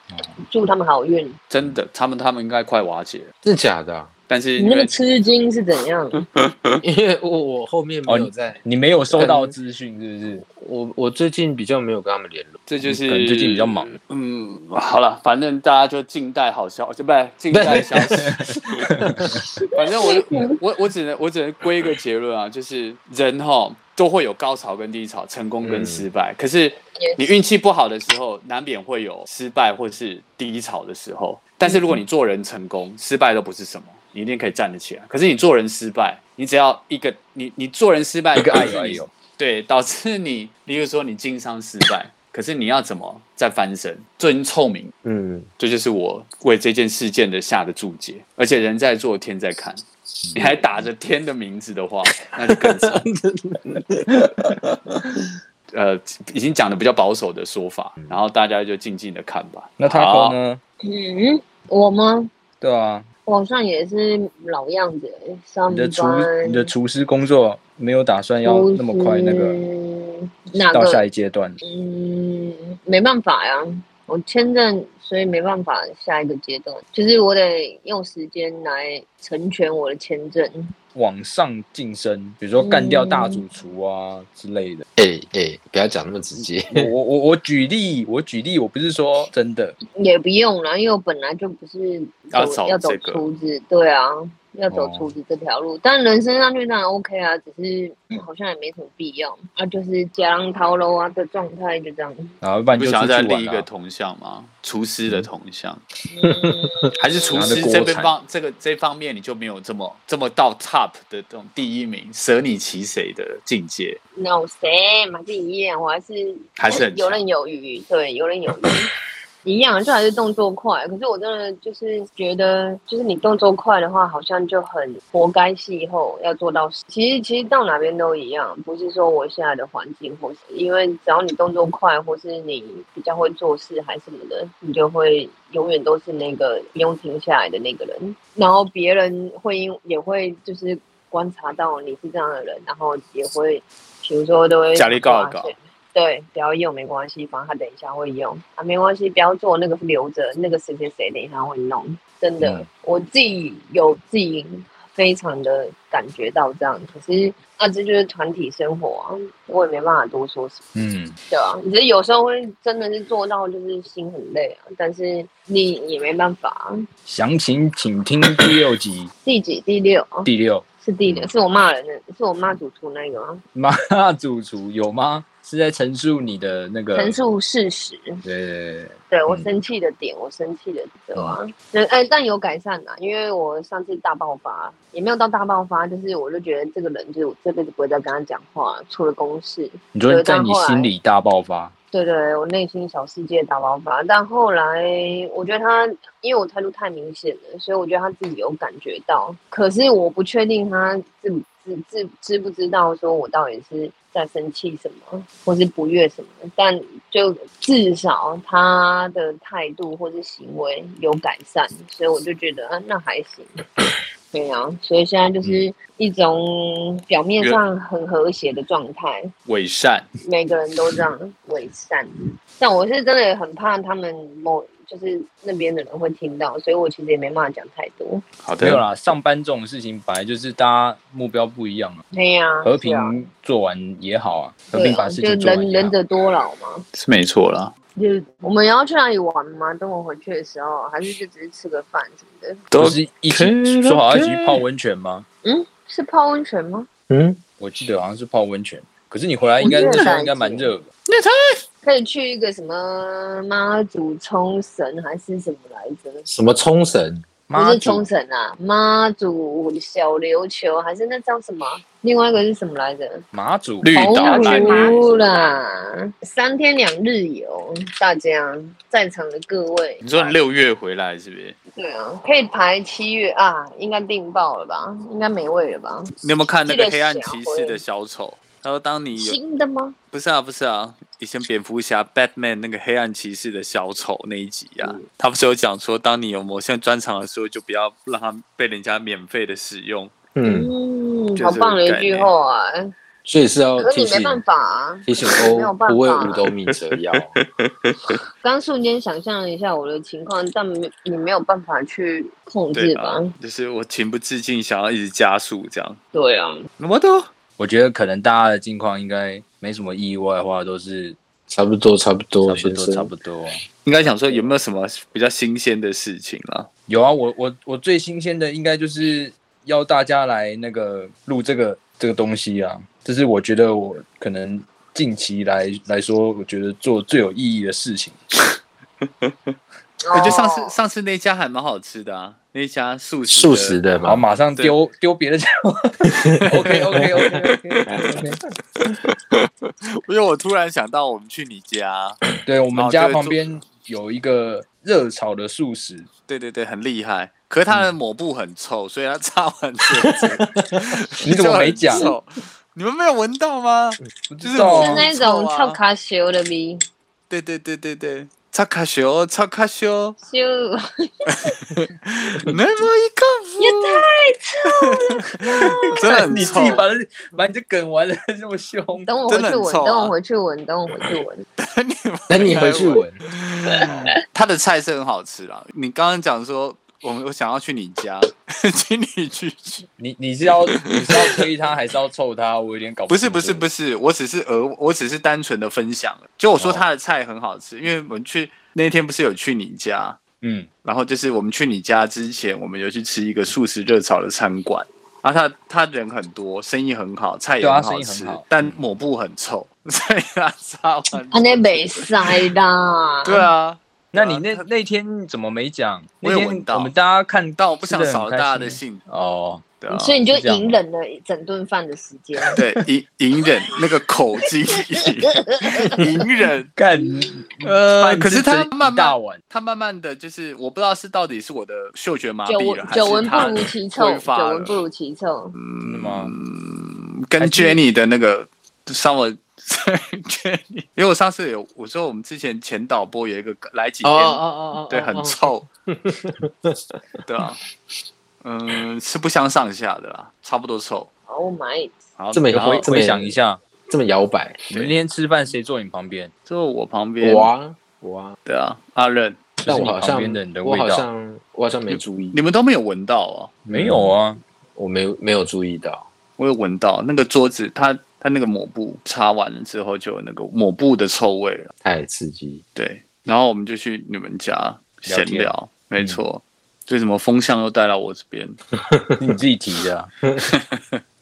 Speaker 4: 祝他们好运。
Speaker 3: 真的，他们他们应该快瓦解了。
Speaker 5: 真的假的啊？
Speaker 3: 但是
Speaker 4: 你
Speaker 3: 因
Speaker 4: 那个
Speaker 3: 为
Speaker 4: 吃惊是怎样？
Speaker 2: 嗯
Speaker 5: 因为我我后面没有在，
Speaker 2: 你没有收到资讯是不
Speaker 3: 嗯
Speaker 2: 是？
Speaker 5: 我我最近比较没有跟他们联络。
Speaker 3: 这就是
Speaker 2: 可能最近比较忙。
Speaker 3: 嗯，好了，反正大家就静待好消息，不是静待消息。 反正我我我只能我只能归一个结论啊，就是人哈都会有高潮跟低潮，成功
Speaker 2: 嗯
Speaker 3: 跟失败。可是你运气不好的时候，难免会有失败或是低潮的时候。但是如果你做人成功，失败都不是什么，你一定可以站得起来。可是你做人失败，你只要一个你你做人失败，
Speaker 2: 一个哎
Speaker 3: 导致
Speaker 2: 呦哎
Speaker 3: 你
Speaker 2: 呦，
Speaker 3: 对，导致你，例如说你经商失败，可是你要怎么再翻身？尊臭名，
Speaker 5: 嗯，
Speaker 3: 这就是我为这件事件的下的注解。而且人在做，天在看，你还打着天的名字的话，那就更惨。 呃，已经讲的比较保守的说法，然后大家就静静的看吧。
Speaker 2: 那他
Speaker 3: 好
Speaker 2: a 呢？
Speaker 4: 嗯，我吗？
Speaker 2: 对啊，
Speaker 4: 我好像也是老样子、欸，上
Speaker 2: 你
Speaker 4: 班
Speaker 2: 的厨你的厨师工作没有打算要那么快那个
Speaker 4: 个哪
Speaker 2: 到下
Speaker 4: 个？
Speaker 2: 一阶段，
Speaker 4: 嗯，没办法呀、我签证，所以没办法下一个阶段，就是我得用时间来成全我的签证。
Speaker 2: 往上晋升，比如说干掉大主厨啊之类的。
Speaker 5: 哎哎，不要讲那么直接。
Speaker 3: 嗯
Speaker 2: 我我我我举例，我举例，我不是说真的，
Speaker 4: 也不用了，因为我本来就不是走
Speaker 3: 要走
Speaker 4: 要走
Speaker 3: 这个
Speaker 4: 厨子，对啊，要走
Speaker 2: 哦
Speaker 4: 厨子这条路。但人生上去当然 OK 啊，只是嗯好像也没什么必要啊，就是加上掏楼啊的状态就这样。
Speaker 2: 然后不然
Speaker 3: 不
Speaker 2: 就出
Speaker 3: 想要
Speaker 2: 去
Speaker 3: 再
Speaker 2: 玩啊
Speaker 3: 立一个
Speaker 2: 了。
Speaker 3: 铜像吗？厨师的铜像，
Speaker 4: 嗯
Speaker 3: 还是厨师
Speaker 2: 拿着锅
Speaker 3: 这边
Speaker 2: 铲
Speaker 3: 方这个这方面你就没有这么这么到 top 的这种第一名，舍你其谁的境界，
Speaker 4: no same，还是一样，我还是
Speaker 3: 还是很
Speaker 4: 游
Speaker 3: 强
Speaker 4: 刃有余，对，游刃有余。一样，就还是动作快。可是我真的就是觉得，就是你动作快的话，好像就很活该戏后要做到。其实其实到哪边都一样，不是说我现在的环境或是因为只要你动作快，或是你比较会做事还是什么的，你就会永远都是那个不用停下来的那个人。然后别人会因也会就是观察到你是这样的人，然后也会，比如说都会
Speaker 3: 假力告一告。
Speaker 4: 对，不要用没关系，反正他等一下会用啊，没关系，不要做那个是留着，那个谁谁谁等一下会弄。真的，我自己有自己非常的感觉到这样，可是啊，这就是团体生活啊，我也没办法多说什么。
Speaker 2: 嗯，
Speaker 4: 对啊，只是有时候会真的是做到就是心很累啊，但是你也没办法、啊。
Speaker 2: 详情请听第六集
Speaker 4: 第几？第六啊，
Speaker 2: 第六。
Speaker 4: 是第六，是我骂人的，是我骂主厨那个吗？
Speaker 2: 妈主厨有吗？是在陈述你的那个
Speaker 4: 陈述事实。
Speaker 2: 对对
Speaker 4: 对我
Speaker 2: 嗯
Speaker 4: 生气的点，我生气的对吧、啊？人哎、但有改善啦，因为我上次大爆发，也没有到大爆发，就是我就觉得这个人，就是我这辈子不会再跟他讲话，出了公事。
Speaker 2: 你说在你心里大爆发，
Speaker 4: 对对，我内心小世界大爆发。但后来我觉得他，因为我态度太明显了，所以我觉得他自己有感觉到。可是我不确定他知不知知知不知道，说我到底是在生气什么，或是不悦什么。但就至少他的态度或是行为有改善，所以我就觉得，啊、那还行。对啊，所以现在就是一种表面上很和谐的状态。
Speaker 3: 伪善。
Speaker 4: 每个人都这样伪善，但我是真的很怕他们某就是那边的人会听到，所以我其实也没办法讲太多。
Speaker 3: 好的，
Speaker 2: 没有啦。上班这种事情本来就是大家目标不一样啊，
Speaker 4: 对呀、
Speaker 2: 和
Speaker 4: 是啊
Speaker 2: 平做完也好啊，和
Speaker 4: 对
Speaker 2: 平
Speaker 4: 啊，
Speaker 2: 把事
Speaker 4: 就
Speaker 2: 情做完
Speaker 4: 人
Speaker 2: 也
Speaker 4: 人
Speaker 2: 好。
Speaker 4: 者多劳嘛。
Speaker 3: 是没错啦。
Speaker 4: 就是我们要去哪里玩吗？等我回去的时候，还是就只是吃个饭什么的？
Speaker 2: 不是一起说好要一起去泡温泉吗？
Speaker 4: 是泡温泉吗？
Speaker 5: 嗯，
Speaker 2: 我记得好像是泡温泉，可是你回来应该那时候应该蛮热的。
Speaker 4: 可以去一个什么妈祖冲绳还是什么来着？
Speaker 5: 什么冲绳？
Speaker 4: 不
Speaker 2: 妈
Speaker 4: 是
Speaker 2: 祖
Speaker 4: 冲绳啊，妈祖小琉球还是那叫什么？另外一个是什么来着？
Speaker 2: 马祖
Speaker 3: 绿岛
Speaker 4: 澎
Speaker 3: 蓝
Speaker 4: 湖啦，三天两日游，大家在场的各位，
Speaker 3: 你说你六月回来是不是？
Speaker 4: 对啊，可以排七月啊，应该订爆了吧？应该没位了吧？
Speaker 3: 你有没有看那
Speaker 4: 记
Speaker 3: 个
Speaker 4: 得
Speaker 3: 《黑暗
Speaker 4: 小
Speaker 3: 骑
Speaker 4: 灰
Speaker 3: 士》的小丑？他说：“当你有
Speaker 4: 新的吗？
Speaker 3: 不是啊，不是啊，以前蝙蝠侠 Batman 那个黑暗骑士的小丑那一集啊，
Speaker 4: 嗯
Speaker 3: 他不是有讲说，当你有某项专长的时候，就不要让它被人家免费的使用。
Speaker 5: 嗯，
Speaker 4: 嗯，
Speaker 3: 就是哦
Speaker 4: 好棒的一句话啊！
Speaker 5: 所以是要
Speaker 4: 可是
Speaker 5: 提
Speaker 4: 你没
Speaker 5: 醒
Speaker 4: 办法啊。
Speaker 5: 提醒
Speaker 4: 没有
Speaker 5: 欧
Speaker 4: 办法
Speaker 5: 不为五斗米折腰。
Speaker 4: 刚瞬间想象了一下我的情况，但没你没有办法去控
Speaker 3: 对
Speaker 4: 制
Speaker 3: 啊
Speaker 4: 吧？，
Speaker 3: 就是我情不自禁想要一直加速这样。
Speaker 4: 对啊，
Speaker 3: 我都
Speaker 2: 我觉得可能大家的境况应该没什么意外的话，都是
Speaker 5: 差不多，差不
Speaker 2: 差
Speaker 5: 多，
Speaker 2: 不
Speaker 5: 先
Speaker 2: 多
Speaker 5: 生，
Speaker 2: 差不多啊。
Speaker 3: 应该想说有没有什么比较新鲜的事情啦？
Speaker 2: 有啊，我我我最新鲜的应该就是邀大家来那个录这个这个东西啊，这是我觉得我可能近期来来说，我觉得做最有意义的事情。
Speaker 3: 我觉得哎上
Speaker 4: 哦
Speaker 3: 次上次那家还蛮好吃的啊，那家素食
Speaker 5: 素食
Speaker 3: 的，
Speaker 5: 的
Speaker 2: 好，
Speaker 5: 嘛，
Speaker 2: 马上丢丢别的家 伙。OK OK OK OK。
Speaker 3: 因为我突然想到我们去你家，
Speaker 2: 对我们
Speaker 3: 哦
Speaker 2: 家
Speaker 3: 对
Speaker 2: 旁
Speaker 3: 就
Speaker 2: 边有一个热炒的素食，
Speaker 3: 对对对，很厉害。可是他的抹布很臭，所以他擦完之后
Speaker 2: 你怎么没讲？
Speaker 3: 就很臭你们没有闻到吗？
Speaker 2: 不
Speaker 3: 就
Speaker 2: 知
Speaker 3: 是
Speaker 2: 道
Speaker 3: 我
Speaker 4: 是
Speaker 2: 啊
Speaker 4: 那种臭卡修的味，
Speaker 3: 对对对对对，擦卡修，擦卡修，
Speaker 4: 修
Speaker 3: 那么一个也太 臭了，真的很臭。
Speaker 2: 你自己把它 把你这梗玩的这么凶，
Speaker 4: 等我回
Speaker 3: 真的
Speaker 4: 去
Speaker 3: 很
Speaker 4: 闻，
Speaker 3: 臭啊
Speaker 4: 等我回去闻，等我回去闻。
Speaker 3: 你们
Speaker 5: 等你回去闻。
Speaker 3: 他的菜是很好吃啦。你刚刚讲说，我们我想要去你家， 请你去吃。
Speaker 2: 你你是要你是要推他还是要凑他？我有点搞
Speaker 3: 不是
Speaker 2: 清楚
Speaker 3: 不是不是，我只是额，我只是单纯的分享。就我
Speaker 2: 哦
Speaker 3: 说他的菜很好吃，因为我们去那天不是有去你家，
Speaker 2: 嗯，
Speaker 3: 然后就是我们去你家之前，我们有去吃一个素食热炒的餐馆。然后他他人很多，生意很好，菜也
Speaker 2: 对啊
Speaker 3: 很
Speaker 2: 生
Speaker 3: 好
Speaker 2: 意很
Speaker 3: 吃，
Speaker 2: 好
Speaker 3: 但抹布很臭， 所以他擦完。
Speaker 4: 啊，那没塞啦。
Speaker 3: 对啊，
Speaker 2: 那你那
Speaker 3: 他
Speaker 2: 那天怎么没讲？那
Speaker 3: 我有
Speaker 2: 天
Speaker 3: 闻到
Speaker 2: 我们大家看
Speaker 3: 但
Speaker 2: 到，
Speaker 3: 我不想扫了大家的兴。
Speaker 2: 哦。
Speaker 3: 对啊，
Speaker 4: 所以你就
Speaker 2: 这样
Speaker 4: 隐忍了一整顿饭的时间。
Speaker 3: 对，隐隐忍那个口径，隐忍。
Speaker 2: 干，
Speaker 3: 呃
Speaker 2: 饭
Speaker 3: 可是
Speaker 2: 吃
Speaker 3: 他
Speaker 2: 一
Speaker 3: 慢
Speaker 2: 大
Speaker 3: 慢，
Speaker 2: 碗，
Speaker 3: 他慢慢的就是，我不知道是到底是我的嗅觉麻痹
Speaker 4: 久
Speaker 3: 了，
Speaker 4: 闻
Speaker 3: 还
Speaker 4: 久闻
Speaker 3: 是
Speaker 4: 不
Speaker 3: 他
Speaker 4: 如其臭，
Speaker 3: 挥发
Speaker 4: 久
Speaker 3: 了嗯
Speaker 4: 闻不如其臭。
Speaker 2: 真的吗？
Speaker 3: 跟
Speaker 2: 还是
Speaker 3: Jenny 的那 个上我 Jenny，因为我上次有我说我们之前前导播有一个来几天，
Speaker 5: 哦
Speaker 3: 对，很臭，对啊，嗯，是不相上下的啦，差不多臭。
Speaker 4: Oh my！
Speaker 3: 好，
Speaker 5: 这么有
Speaker 3: 然后
Speaker 5: 回这么
Speaker 2: 回想一下，
Speaker 5: 这么摇摆，
Speaker 2: 你们那天吃饭谁坐你旁边？
Speaker 3: 就我旁边，
Speaker 5: 哇哇！
Speaker 3: 对啊，阿任，
Speaker 2: 就
Speaker 5: 但
Speaker 2: 是你
Speaker 5: 我好
Speaker 2: 旁
Speaker 5: 像
Speaker 2: 边的人的
Speaker 5: 我
Speaker 2: 味
Speaker 5: 好
Speaker 2: 道。
Speaker 5: 像我好像没注意，
Speaker 3: 你们都没有闻到哦。
Speaker 2: 没有啊，
Speaker 5: 我没有没有注意到。
Speaker 3: 我有闻到那个桌子，它它那个抹布擦完了之后，就有那个抹布的臭味了。
Speaker 5: 太刺激，
Speaker 3: 对，然后我们就去你们家闲
Speaker 2: 聊嗯
Speaker 3: 聊，没错。所以什么风向又带到我这边，
Speaker 2: 是你自己提 的啊、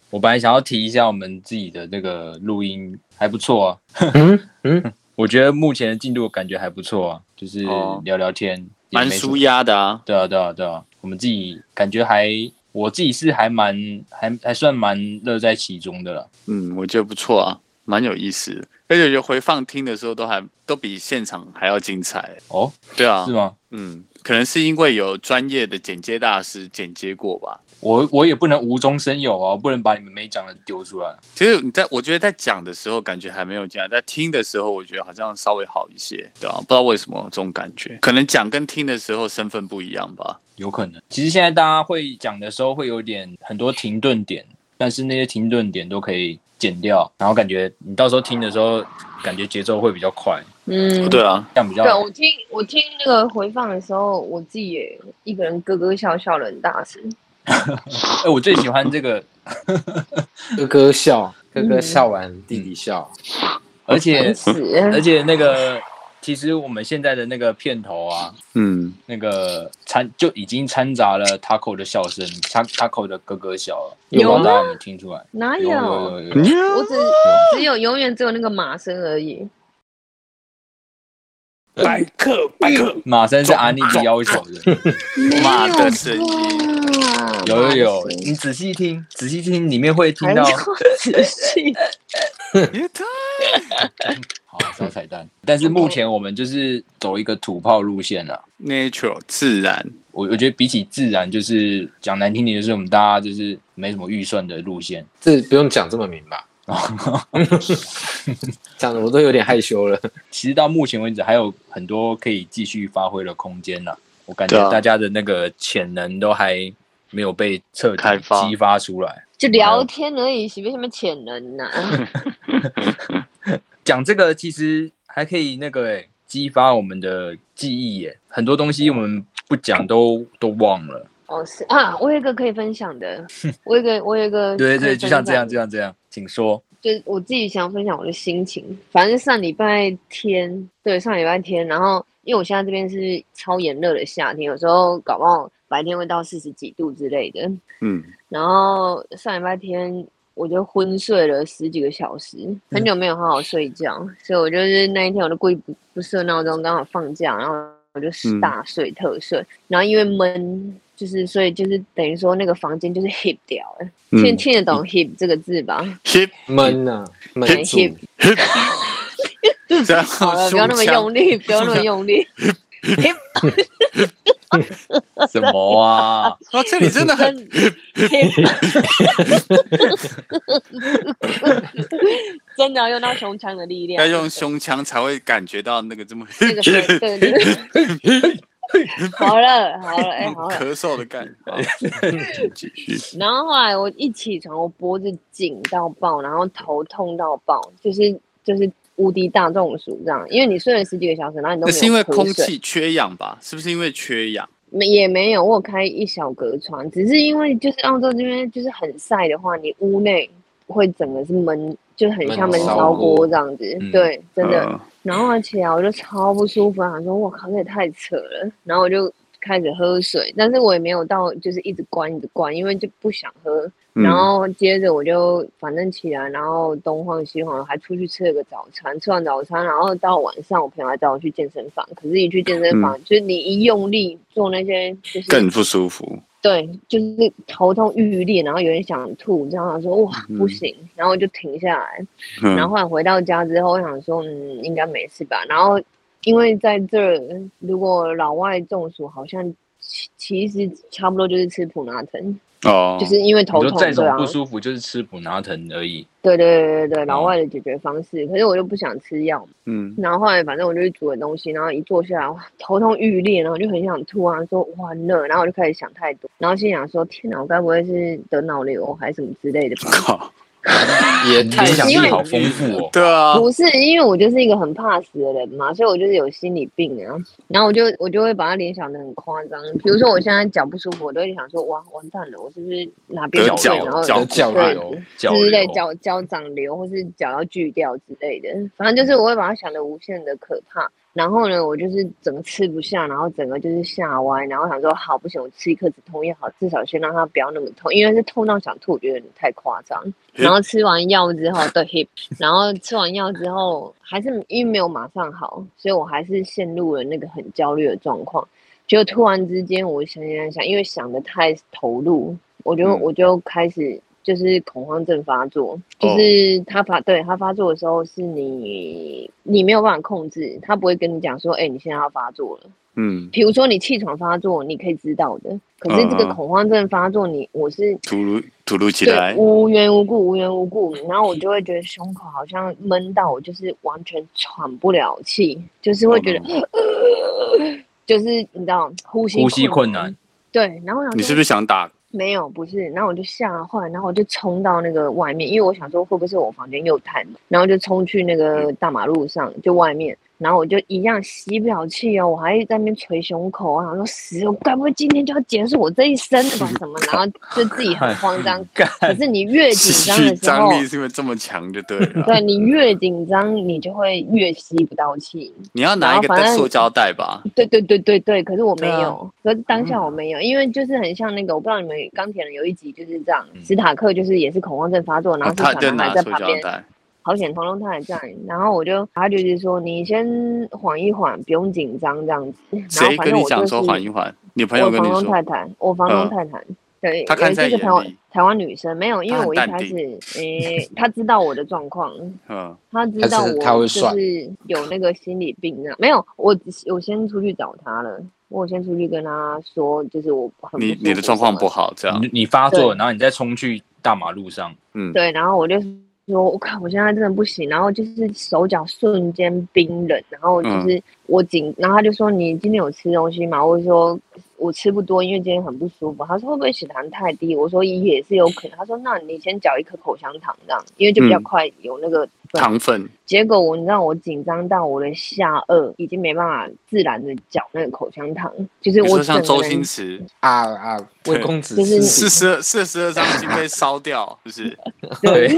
Speaker 2: 我本来想要提一下我们自己的那个录音还不错啊，
Speaker 5: 嗯嗯，
Speaker 2: 我觉得目前的进度感觉还不错啊，就是
Speaker 3: 哦
Speaker 2: 聊聊天，也
Speaker 3: 蛮
Speaker 2: 没什么
Speaker 3: 舒压的啊。
Speaker 2: 对啊，对啊，对啊，我们自己感觉还，我自己是还蛮还还算蛮乐在其中的了。
Speaker 3: 嗯，我觉得不错啊，蛮有意思的。而且就回放听的时候，都还都比现场还要精彩。
Speaker 2: 哦，
Speaker 3: 对啊
Speaker 2: 是，吗？
Speaker 3: 嗯，可能是因为有专业的剪接大师剪接过吧。
Speaker 2: 我我也不能无中生有啊，我不能把你们没讲的丢出来。
Speaker 3: 其实你在我觉得在讲的时候感觉还没有这样，在听的时候我觉得好像稍微好一些，对啊，不知道为什么这种感觉，可能讲跟听的时候身份不一样吧。
Speaker 2: 有可能。其实现在大家会讲的时候，会有点很多停顿点，但是那些停顿点都可以剪掉，然后感觉你到时候听的时候，感觉节奏会比较快，
Speaker 4: 嗯，
Speaker 3: 对啊，
Speaker 2: 这样比较
Speaker 4: 对，我听我听那个回放的时候，我自己也一个人咯咯笑笑的很大声。
Speaker 2: 哎、我最喜欢这个，
Speaker 5: 哥哥笑，哥哥笑完，弟弟笑，
Speaker 2: 而且
Speaker 4: 烦死 了
Speaker 2: 而且那个，其实我们现在的那个片头啊，
Speaker 3: 嗯，
Speaker 2: 那个掺就已经掺杂了 Taco 的笑声，Ta-，Taco 的咯咯笑了，
Speaker 5: 有吗
Speaker 2: 不知道大家有没有听出来？
Speaker 4: 哪
Speaker 2: 有有
Speaker 4: 有？
Speaker 2: 有有，
Speaker 4: 我只只有永远只有那个马声而已。
Speaker 1: 白客白客
Speaker 2: 马三是阿妮的要求的，
Speaker 3: 马的声音，
Speaker 4: 啊
Speaker 2: 有有有，你仔细听，仔细听，里面会听
Speaker 4: 还
Speaker 2: 到
Speaker 4: 要。仔细。
Speaker 3: 也太
Speaker 2: 好，小彩蛋。 但是目前我们就是走一个土炮路线了。
Speaker 3: natural 自然，
Speaker 2: 我我觉得比起自然，就是讲难听点，就是我们大家就是没什么预算的路线。
Speaker 5: 这不用讲这么明吧？ 讲的我都有点害羞了。
Speaker 2: 其实到目前为止，还有很多可以继续发挥的空间啦。我感觉
Speaker 3: 对啊
Speaker 2: 大家的那个潜能都还没有被彻底
Speaker 3: 开发
Speaker 2: 激发出来。
Speaker 4: 就
Speaker 3: 嗯
Speaker 4: 聊天而已，随便什么潜能啊呐、
Speaker 2: 讲这个其实还可以那个诶、激发我们的记忆耶、很多东西我们不讲都都忘了。
Speaker 4: 哦，是啊，我有一个可以分享的，我有一个，我有一个，
Speaker 2: 对对，就像这样，就
Speaker 4: 样，
Speaker 2: 像这样，请说。
Speaker 4: 就是我自己想分享我的心情。反正上礼拜天，对，上礼拜天，然后因为我现在这边是超炎热的夏天，有时候搞不好白天会到四十几度之类的。
Speaker 3: 嗯，
Speaker 4: 然后上礼拜天我就昏睡了十几个小时，
Speaker 1: 嗯
Speaker 4: 很久没有好好睡觉，所以我就是那一天我就故意不不设闹钟，刚好放假，然后我
Speaker 1: 嗯
Speaker 4: 就是大睡特睡，然后因为闷，就是所以就是等于说那个房间就是 hip 掉了。
Speaker 1: 嗯
Speaker 4: 听听得懂 hip 这个字吧？
Speaker 1: hip
Speaker 5: 闷呐，闷住，
Speaker 4: hip
Speaker 1: hip
Speaker 3: 这样
Speaker 4: 好了，不要那么用力，不要那么用力。hip
Speaker 2: 什么啊？
Speaker 3: 啊！这里真的很
Speaker 4: 跟 hip，真的要用到胸腔的力量
Speaker 3: 要。用胸腔才会感觉到那个这么
Speaker 4: 那个对对对。 好了好了，哎、好了。
Speaker 3: 咳嗽的感觉。
Speaker 1: 继续
Speaker 4: 然后后来我一起床，我脖子紧到爆，然后头痛到爆，就是就是无敌大中暑这样。因为你睡了十几个小时，然后你都
Speaker 3: 那
Speaker 4: 没有
Speaker 3: 是因为
Speaker 4: 喝
Speaker 3: 空
Speaker 4: 水
Speaker 3: 气缺氧吧？是不是因为缺氧？
Speaker 4: 没也没有，我有开一小格窗，只是因为就是澳洲这边就是很晒的话，你屋内会整个是闷，就很像
Speaker 5: 闷
Speaker 4: 闷
Speaker 5: 烧
Speaker 4: 烧
Speaker 5: 锅
Speaker 4: 锅这样子。
Speaker 5: 嗯
Speaker 4: 对，真的。
Speaker 3: 嗯
Speaker 4: 然后而且啊，我就超不舒服，想说我靠，这也太扯了。然后我就开始喝水，但是我也没有到就是一直关一直关，因为就不想喝。
Speaker 1: 嗯
Speaker 4: 然后接着我就反正起来，然后东晃西晃，还出去吃了个早餐。吃完早餐，然后到晚上，我朋友还带我去健身房。可是，一去健身房，就是你一用力做那些，就是
Speaker 1: 更不舒服。
Speaker 4: 对，就是头痛欲裂，然后有点想吐，这样想说哇不行，然后我就停下来。然
Speaker 1: 嗯
Speaker 4: 后后来回到家之后，我想说，嗯，应该没事吧。然后因为在这儿，如果老外中暑，好像其其实差不多就是吃普拿疼，
Speaker 1: 哦，
Speaker 4: 就是因为头
Speaker 2: 你说
Speaker 4: 痛，
Speaker 2: 再怎
Speaker 4: 对
Speaker 2: 么
Speaker 4: 啊，
Speaker 2: 不舒服，就是吃普拿疼而已。
Speaker 4: 对对对对对，老
Speaker 2: 哦
Speaker 4: 外的解决方式。可是我又不想吃药，
Speaker 1: 嗯
Speaker 4: 然后后来反正我就去煮了东西，然后一坐下来，哇，头痛欲裂，然后就很想吐啊，说完了，然后我就开始想太多，然后心想说，天哪，我该不会是得脑瘤还是什么之类的吧？
Speaker 1: 靠，
Speaker 5: 也
Speaker 4: 嗯
Speaker 2: 你
Speaker 5: 太
Speaker 2: 影响力
Speaker 4: 因为
Speaker 2: 好丰富哦。
Speaker 3: 对啊，
Speaker 4: 不是，因为我就是一个很怕死的人嘛，所以我就是有心理病啊。然后我就我就会把它联想的很夸张，比如说我现在脚不舒服，我都会想说，哇，完蛋了，我是不是哪边
Speaker 3: 得
Speaker 4: 有
Speaker 3: 脚
Speaker 4: 病然后
Speaker 3: 脚
Speaker 5: 得脚
Speaker 4: 对
Speaker 5: 流，
Speaker 2: 脚
Speaker 4: 嗯之类
Speaker 2: 流
Speaker 4: 脚脚长瘤，或是脚要锯掉之类的，反正就是我会把它想的无限的可怕。然后呢，我就是整个吃不下，然后整个就是下歪，然后想说好不行，我吃一颗止痛药好，至少先让它不要那么痛，因为是痛到想吐，我觉得有点太夸张。然后吃完药之后，对 hip，然后吃完药之后还是因为没有马上好，所以我还是陷入了那个很焦虑的状况。就突然之间，我想想想，因为想的太投入，我就、
Speaker 1: 嗯
Speaker 4: 我就开始就是恐慌症发作，
Speaker 1: 哦
Speaker 4: 就是他发、对他发作的时候，是你你没有办法控制，他不会跟你讲说，哎、你现在要发作了。
Speaker 1: 嗯，
Speaker 4: 比如说你气喘发作，你可以知道的，可是
Speaker 1: 嗯
Speaker 4: 这个
Speaker 1: 嗯
Speaker 4: 恐慌症发作，你我是
Speaker 1: 突如突如其
Speaker 4: 对，
Speaker 1: 来，
Speaker 4: 无缘无故，无缘无故，然后我就会觉得胸口好像闷到我，就是完全喘不了气，就是会觉得，呃就是你知道呼吸
Speaker 2: 呼吸困
Speaker 4: 难
Speaker 2: 难。，
Speaker 4: 对，然后我想
Speaker 3: 你
Speaker 4: 说
Speaker 3: 是不是想打？
Speaker 4: 没有，不是，然后我就吓坏，然后我就冲到那个外面，因为我想说会不会是我房间又太冷，然后就冲去那个大马路上，就外面，然后我就一样吸不了气哦，我还在那边捶胸口，我想说死，我该不会今天就要结束我这一生了吧？什么？然后就自己很慌张，可是你越紧
Speaker 3: 情
Speaker 4: 张
Speaker 3: 绪
Speaker 4: 的时候
Speaker 3: 张，力是因为这么强就对了。
Speaker 4: 对你越紧张，你就会越吸不到气。
Speaker 3: 你要拿一个
Speaker 4: 然后反正
Speaker 3: 塑胶袋吧？
Speaker 4: 对对对对对，可是我没
Speaker 3: 对啊
Speaker 4: 有，可是当下我没有，因为就是很像那个，我不知道你们钢铁人有一集就是这样，史塔克就是也是恐慌症发作，然
Speaker 3: 哦
Speaker 4: 后
Speaker 3: 嗯他
Speaker 4: 是
Speaker 3: 就
Speaker 4: 小男
Speaker 3: 拿
Speaker 4: 孩在
Speaker 3: 塑
Speaker 4: 旁
Speaker 3: 胶
Speaker 4: 边，
Speaker 3: 袋。
Speaker 4: 好险喉咙他也在，然后我就他就是说你先缓一缓，不用紧张这样子，然后
Speaker 3: 谁
Speaker 4: 反
Speaker 3: 跟
Speaker 4: 正
Speaker 3: 你
Speaker 4: 我就
Speaker 3: 讲说
Speaker 4: 是
Speaker 3: 缓一缓？你朋友
Speaker 4: 我
Speaker 3: 跟你
Speaker 4: 房东
Speaker 3: 说
Speaker 4: 太太，我房东
Speaker 3: 嗯
Speaker 4: 太太。对，
Speaker 3: 她看在
Speaker 4: 有一
Speaker 3: 眼
Speaker 4: 个台湾
Speaker 3: 里
Speaker 4: 台湾女生没有，因
Speaker 3: 她
Speaker 4: 为
Speaker 3: 很
Speaker 4: 我一
Speaker 3: 淡
Speaker 4: 开
Speaker 3: 定
Speaker 4: 始，诶、她知道我的状况，，
Speaker 3: 嗯，
Speaker 4: 他知
Speaker 5: 还
Speaker 4: 道
Speaker 5: 是
Speaker 4: 我
Speaker 5: 他会
Speaker 4: 就
Speaker 5: 算
Speaker 4: 是有那个心理病啊，没有，我我先出去找他了，我先出去跟他说，就是我很
Speaker 3: 你
Speaker 4: 不舒
Speaker 3: 你的
Speaker 4: 服
Speaker 3: 状况
Speaker 4: 什么
Speaker 3: 不好，这样
Speaker 2: 你你发作，
Speaker 4: 对
Speaker 2: 然后你再冲去大马路上，
Speaker 1: 嗯，
Speaker 4: 对，然后我就说，我靠，我现在真的不行，然后就是手脚瞬间冰冷，然后
Speaker 3: 嗯
Speaker 4: 就是我紧，然后他就说你今天有吃东西吗？我说我吃不多，因为今天很不舒服。他说会不会血糖太低？我说也是有可能。他说那你先嚼一颗口香糖这样，因为就比较
Speaker 1: 嗯
Speaker 4: 快有那个对
Speaker 3: 糖分
Speaker 4: 结果我你知道我紧张到我的下颚已经没办法自然的嚼那个口香糖，就是
Speaker 3: 比如
Speaker 4: 我
Speaker 3: 说像
Speaker 4: 整
Speaker 3: 周
Speaker 4: 个人
Speaker 3: 星驰
Speaker 5: 啊啊，魏公子
Speaker 4: 就是
Speaker 3: 四
Speaker 5: 吃饼
Speaker 3: 十二四十二张已经被烧掉，是不 是？
Speaker 2: 对，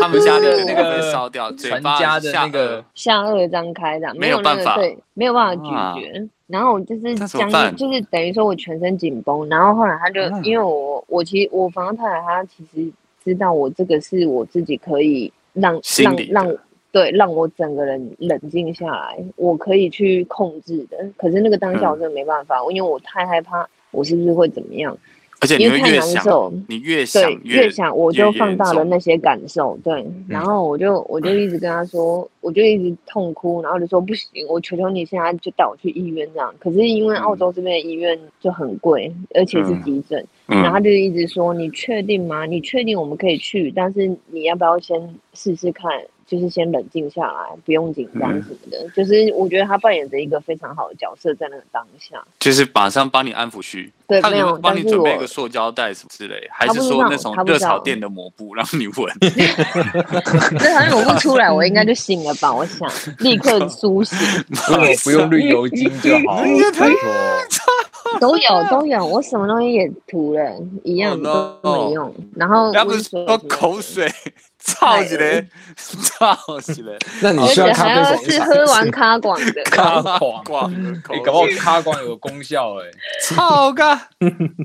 Speaker 3: 他们家的那个被烧掉，嘴
Speaker 2: 传
Speaker 3: 巴
Speaker 2: 家的
Speaker 3: 下
Speaker 2: 那个
Speaker 4: 下颚张开的，
Speaker 3: 没有
Speaker 4: 有那
Speaker 3: 办
Speaker 4: 个
Speaker 3: 法
Speaker 4: 对，没有办法
Speaker 3: 啊
Speaker 4: 咀嚼。然后我就是
Speaker 3: 那怎么
Speaker 4: 僵
Speaker 3: 办
Speaker 4: 硬，就是等于说我全身紧绷。然后后来他就、
Speaker 5: 嗯
Speaker 4: 因为我我其实我房太太她其实知道我这个是我自己可以让
Speaker 3: 心
Speaker 4: 让
Speaker 3: 理的
Speaker 4: 让对让我整个人冷静下来，我可以去控制的。可是那个当
Speaker 3: 嗯
Speaker 4: 下我真的没办法，因为我太害怕，我是不是会怎么样？
Speaker 3: 而且你
Speaker 4: 因
Speaker 3: 会
Speaker 4: 为太
Speaker 3: 越
Speaker 4: 难
Speaker 3: 想
Speaker 4: 受，
Speaker 3: 你越想
Speaker 4: 对，
Speaker 3: 越
Speaker 4: 越想我就
Speaker 3: 越
Speaker 4: 放大
Speaker 3: 严
Speaker 4: 了
Speaker 3: 重嗯
Speaker 4: 那些感受，对，然后我就我就一直跟他说，我就一直痛哭，然后就说不行，我求求你现在就带我去医院这样。可是因为澳洲这边的医院就很贵，而且是
Speaker 3: 嗯
Speaker 4: 急诊，
Speaker 3: 嗯
Speaker 4: 然后他就一直说你确定吗？你确定我们可以去？但是你要不要先试试看？就是先冷静下来，不用紧张
Speaker 3: 嗯
Speaker 4: 什么的。就是我觉得他扮演着一个非常好的角色在那个当下。
Speaker 3: 就是马上帮你安抚区，
Speaker 4: 对
Speaker 3: 他可
Speaker 4: 没有
Speaker 3: 能帮你
Speaker 4: 但是
Speaker 3: 准备
Speaker 4: 我
Speaker 3: 一个塑胶袋什么之类，还
Speaker 4: 他
Speaker 3: 是
Speaker 4: 不知
Speaker 3: 说
Speaker 4: 道
Speaker 3: 那种
Speaker 4: 他不
Speaker 3: 热
Speaker 4: 知
Speaker 3: 炒
Speaker 4: 道
Speaker 3: 店的抹布让你闻？
Speaker 4: 那好像我不出来，我应该就醒了吧？我想立刻苏醒。
Speaker 2: 如果不用绿油精就好，
Speaker 4: 嗯
Speaker 2: 拜托。。
Speaker 4: 都有都有，我什么东西也涂了，一样
Speaker 3: Oh
Speaker 4: 的都
Speaker 3: no
Speaker 4: 没用。然后
Speaker 3: 要不是说
Speaker 4: 温水什么的
Speaker 3: 口， 水，操起来， 操起 来，
Speaker 5: 那你
Speaker 4: 而
Speaker 5: 需要
Speaker 4: 且
Speaker 5: 咖
Speaker 4: 还
Speaker 5: 啡
Speaker 4: 要
Speaker 5: 粉一
Speaker 4: 是
Speaker 5: 茶
Speaker 4: 喝完咖广的
Speaker 2: 咖广，
Speaker 3: 光的口
Speaker 2: 哎，搞不好
Speaker 3: 水，
Speaker 2: 咖广有功效哎。
Speaker 3: 操 个，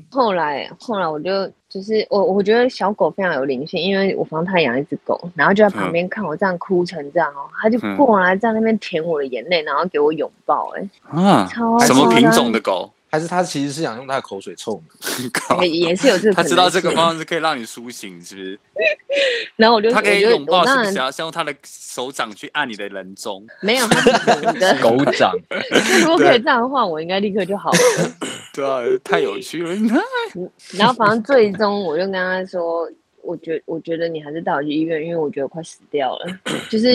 Speaker 4: 后来后来我就就是我我觉得小狗非常有灵性，因为我房太养一只狗，然后就在旁边看我这样哭成这样哦，它就
Speaker 3: 嗯
Speaker 4: 过来在那边舔我的眼泪，然后给我拥抱，哎，
Speaker 3: 嗯，
Speaker 4: 超
Speaker 3: 什么
Speaker 4: 夸
Speaker 3: 品
Speaker 4: 张
Speaker 3: 种的 狗？
Speaker 5: 还是他其实是想用他的口水臭你？
Speaker 3: 靠
Speaker 4: 也也是有这个可
Speaker 3: 他
Speaker 4: 能性，
Speaker 3: 知道这个方式可以让你苏醒，是不是？
Speaker 4: 然后我就
Speaker 3: 他
Speaker 4: 我
Speaker 3: 可以
Speaker 4: 就
Speaker 3: 拥抱，
Speaker 4: 我
Speaker 3: 是
Speaker 4: 当
Speaker 3: 不
Speaker 4: 然
Speaker 3: 是？要先用他的手掌去按你的人中，
Speaker 4: 没有，它是我 的
Speaker 2: 狗掌，
Speaker 4: 如果可以这样的话，我应该立刻就好了。
Speaker 3: 对啊，太有趣了。
Speaker 4: 然后反正最终我就跟他说，我觉我觉得你还是带我去医院，因为我觉得我快死掉了。 就是、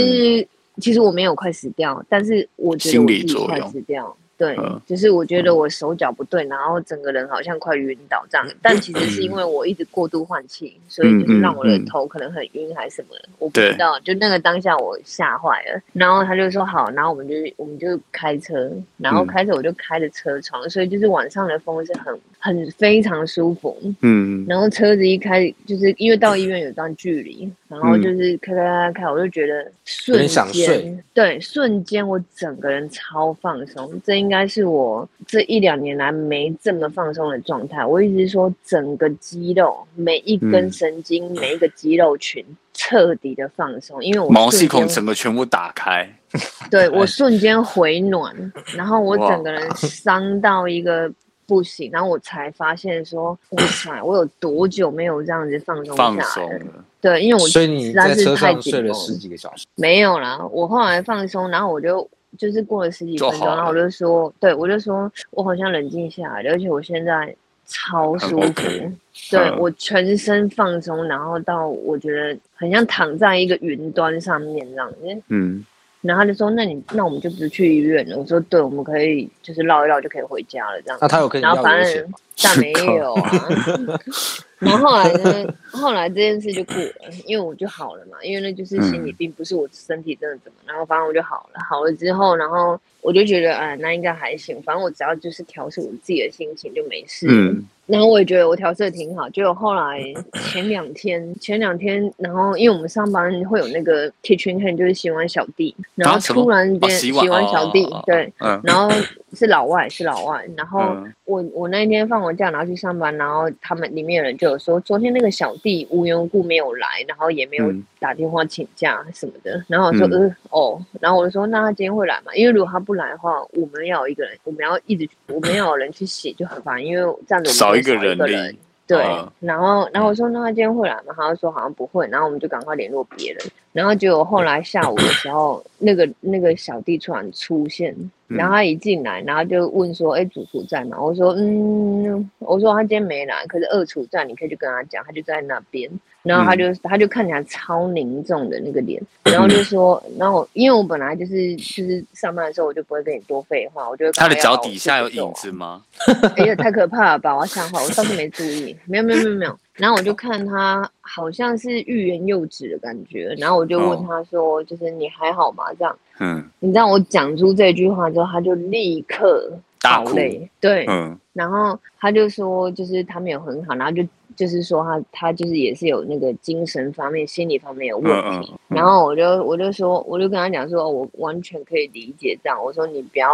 Speaker 4: 其实我没有快死掉，但是我觉得
Speaker 3: 嗯心
Speaker 4: 我
Speaker 3: 理
Speaker 4: 自己
Speaker 3: 作
Speaker 4: 快
Speaker 3: 用
Speaker 4: 死掉。对，
Speaker 3: 嗯
Speaker 4: 就是我觉得我手脚不对，然后整个人好像快晕倒这样，但其实是因为我一直过度换气，所以
Speaker 3: 嗯
Speaker 4: 就是让我的头可能很晕还是什么的，我不知道。就那个当下我吓坏了，然后他就说好，然后我们就我们就开车，然后
Speaker 3: 嗯
Speaker 4: 开着我就开着车窗，所以就是晚上的风是很很非常舒服，
Speaker 3: 嗯
Speaker 4: 然后车子一开，就是因为到医院有段距离，然后
Speaker 3: 嗯
Speaker 4: 就是开开开开，我就觉得
Speaker 5: 有
Speaker 4: 瞬
Speaker 5: 点想
Speaker 4: 间
Speaker 5: 睡，
Speaker 4: 对，瞬间我整个人超放松，这应该是我这一两年来没这么放松的状态。我一直说整个肌肉，每一根
Speaker 3: 嗯
Speaker 4: 神经，每一个肌肉群彻底的放松，因为我
Speaker 3: 毛细
Speaker 4: 瞬
Speaker 3: 孔
Speaker 4: 间
Speaker 3: 整个全部打开，
Speaker 4: 对
Speaker 5: 哎
Speaker 4: 我瞬间回暖，然后我整个人 伤到一个不行，然后我才发现说，哇塞，我有多久没有这样子放松
Speaker 3: 放
Speaker 4: 下
Speaker 3: 松
Speaker 4: 来了？
Speaker 3: 了。
Speaker 4: 对，因为我
Speaker 5: 所以你
Speaker 4: 实在
Speaker 5: 在
Speaker 4: 是
Speaker 5: 车
Speaker 4: 太
Speaker 5: 上
Speaker 4: 紧
Speaker 5: 睡了
Speaker 4: 绷
Speaker 5: 十几个小时，
Speaker 4: 没有啦，我后来放松，然后我就就是过了十几分
Speaker 3: 就
Speaker 4: 钟，
Speaker 3: 好了
Speaker 4: 然后我就说，对我就说我好像冷静下来了，而且我现在超舒服，
Speaker 3: 很 OK，
Speaker 4: 对、
Speaker 3: 嗯
Speaker 4: 我全身放松，然后到我觉得很像躺在一个云端上面这样，因为
Speaker 3: 嗯，
Speaker 4: 然后他就说：“那你那我们就不去医院了。”我说：“对，我们可以就是绕一绕就可以回家了，这样。”
Speaker 5: 那他有跟你
Speaker 4: 然后
Speaker 5: 啊要
Speaker 4: 反
Speaker 5: 流血
Speaker 4: 正
Speaker 5: 吗？
Speaker 4: 但没有啊。然后后来呢？后来这件事就过了，因为我就好了嘛，因为那就是心
Speaker 5: 嗯
Speaker 4: 理病，不是我身体真的怎么。然后反正我就好了，好了之后，然后我就觉得，哎，那应该还行。反正我只要就是调试我自己的心情就没事。
Speaker 3: 嗯，
Speaker 4: 然后我也觉得我调试的挺好，结果后来前两天，前两天，然后因为我们上班会有那个 kitchen hand，就是洗碗小弟，然后
Speaker 3: 什么
Speaker 4: 突然间、
Speaker 3: 哦洗碗
Speaker 4: 小弟，
Speaker 3: 哦哦哦
Speaker 4: 对，
Speaker 3: 嗯
Speaker 4: 然后是老外，是老外，然后
Speaker 3: 嗯
Speaker 4: 我我那一天放完假，然后去上班，然后他们里面的人就有说，昨天那个小弟无缘无故没有来，然后也没有
Speaker 3: 嗯
Speaker 4: 打电话请假什么的，然后我说、
Speaker 3: 嗯
Speaker 4: 呃哦，然后我就说那他今天会来吗？因为如果他不来的话，我们要有一个人，我们要一直我们要有人去洗就很烦，因为这样子我们
Speaker 3: 少
Speaker 4: 会
Speaker 3: 一个
Speaker 4: 人
Speaker 3: 人力
Speaker 4: 对，
Speaker 3: 嗯
Speaker 4: 然后然后我说那他今天会来吗？他就说好像不会，然后我们就赶快联络别人，然后结果后来下午的时候，那个那个小弟突然出现，
Speaker 3: 嗯
Speaker 4: 然后他一进来，然后就问说：“哎，主厨在吗？”我说：“嗯，我说他今天没来，可是二厨在，你可以去跟他讲，他就在那边。”然后他就、
Speaker 3: 嗯
Speaker 4: 他就看起来超凝重的那个脸，然后就说：“然后因为我本来就是就是上班的时候，我就不会跟你多废话，我就会跟
Speaker 3: 他的
Speaker 4: 要
Speaker 3: 脚
Speaker 4: 把我
Speaker 3: 底
Speaker 4: 事
Speaker 3: 下有
Speaker 4: 情做
Speaker 3: 影
Speaker 4: 完
Speaker 3: 子吗？
Speaker 4: 哎呀，太可怕了吧！我要吓坏，我上次没注意，没有没有没有没有。然后我就看他好像是欲言又止的感觉，然后我就
Speaker 3: 哦
Speaker 4: 问他说，就是你还好吗？这样，
Speaker 3: 嗯
Speaker 4: 你知道我讲出这句话之后，他就立刻
Speaker 3: 大
Speaker 4: 爆
Speaker 3: 哭
Speaker 4: 泪，对，
Speaker 3: 嗯
Speaker 4: 然后他就说，就是他没有很好，然后就就是说他他就是也是有那个精神方面、心理方面有问
Speaker 3: 嗯嗯
Speaker 4: 题。
Speaker 3: 嗯
Speaker 4: 然后我就我就说，我就跟他讲说，哦我完全可以理解这样。我说你不要，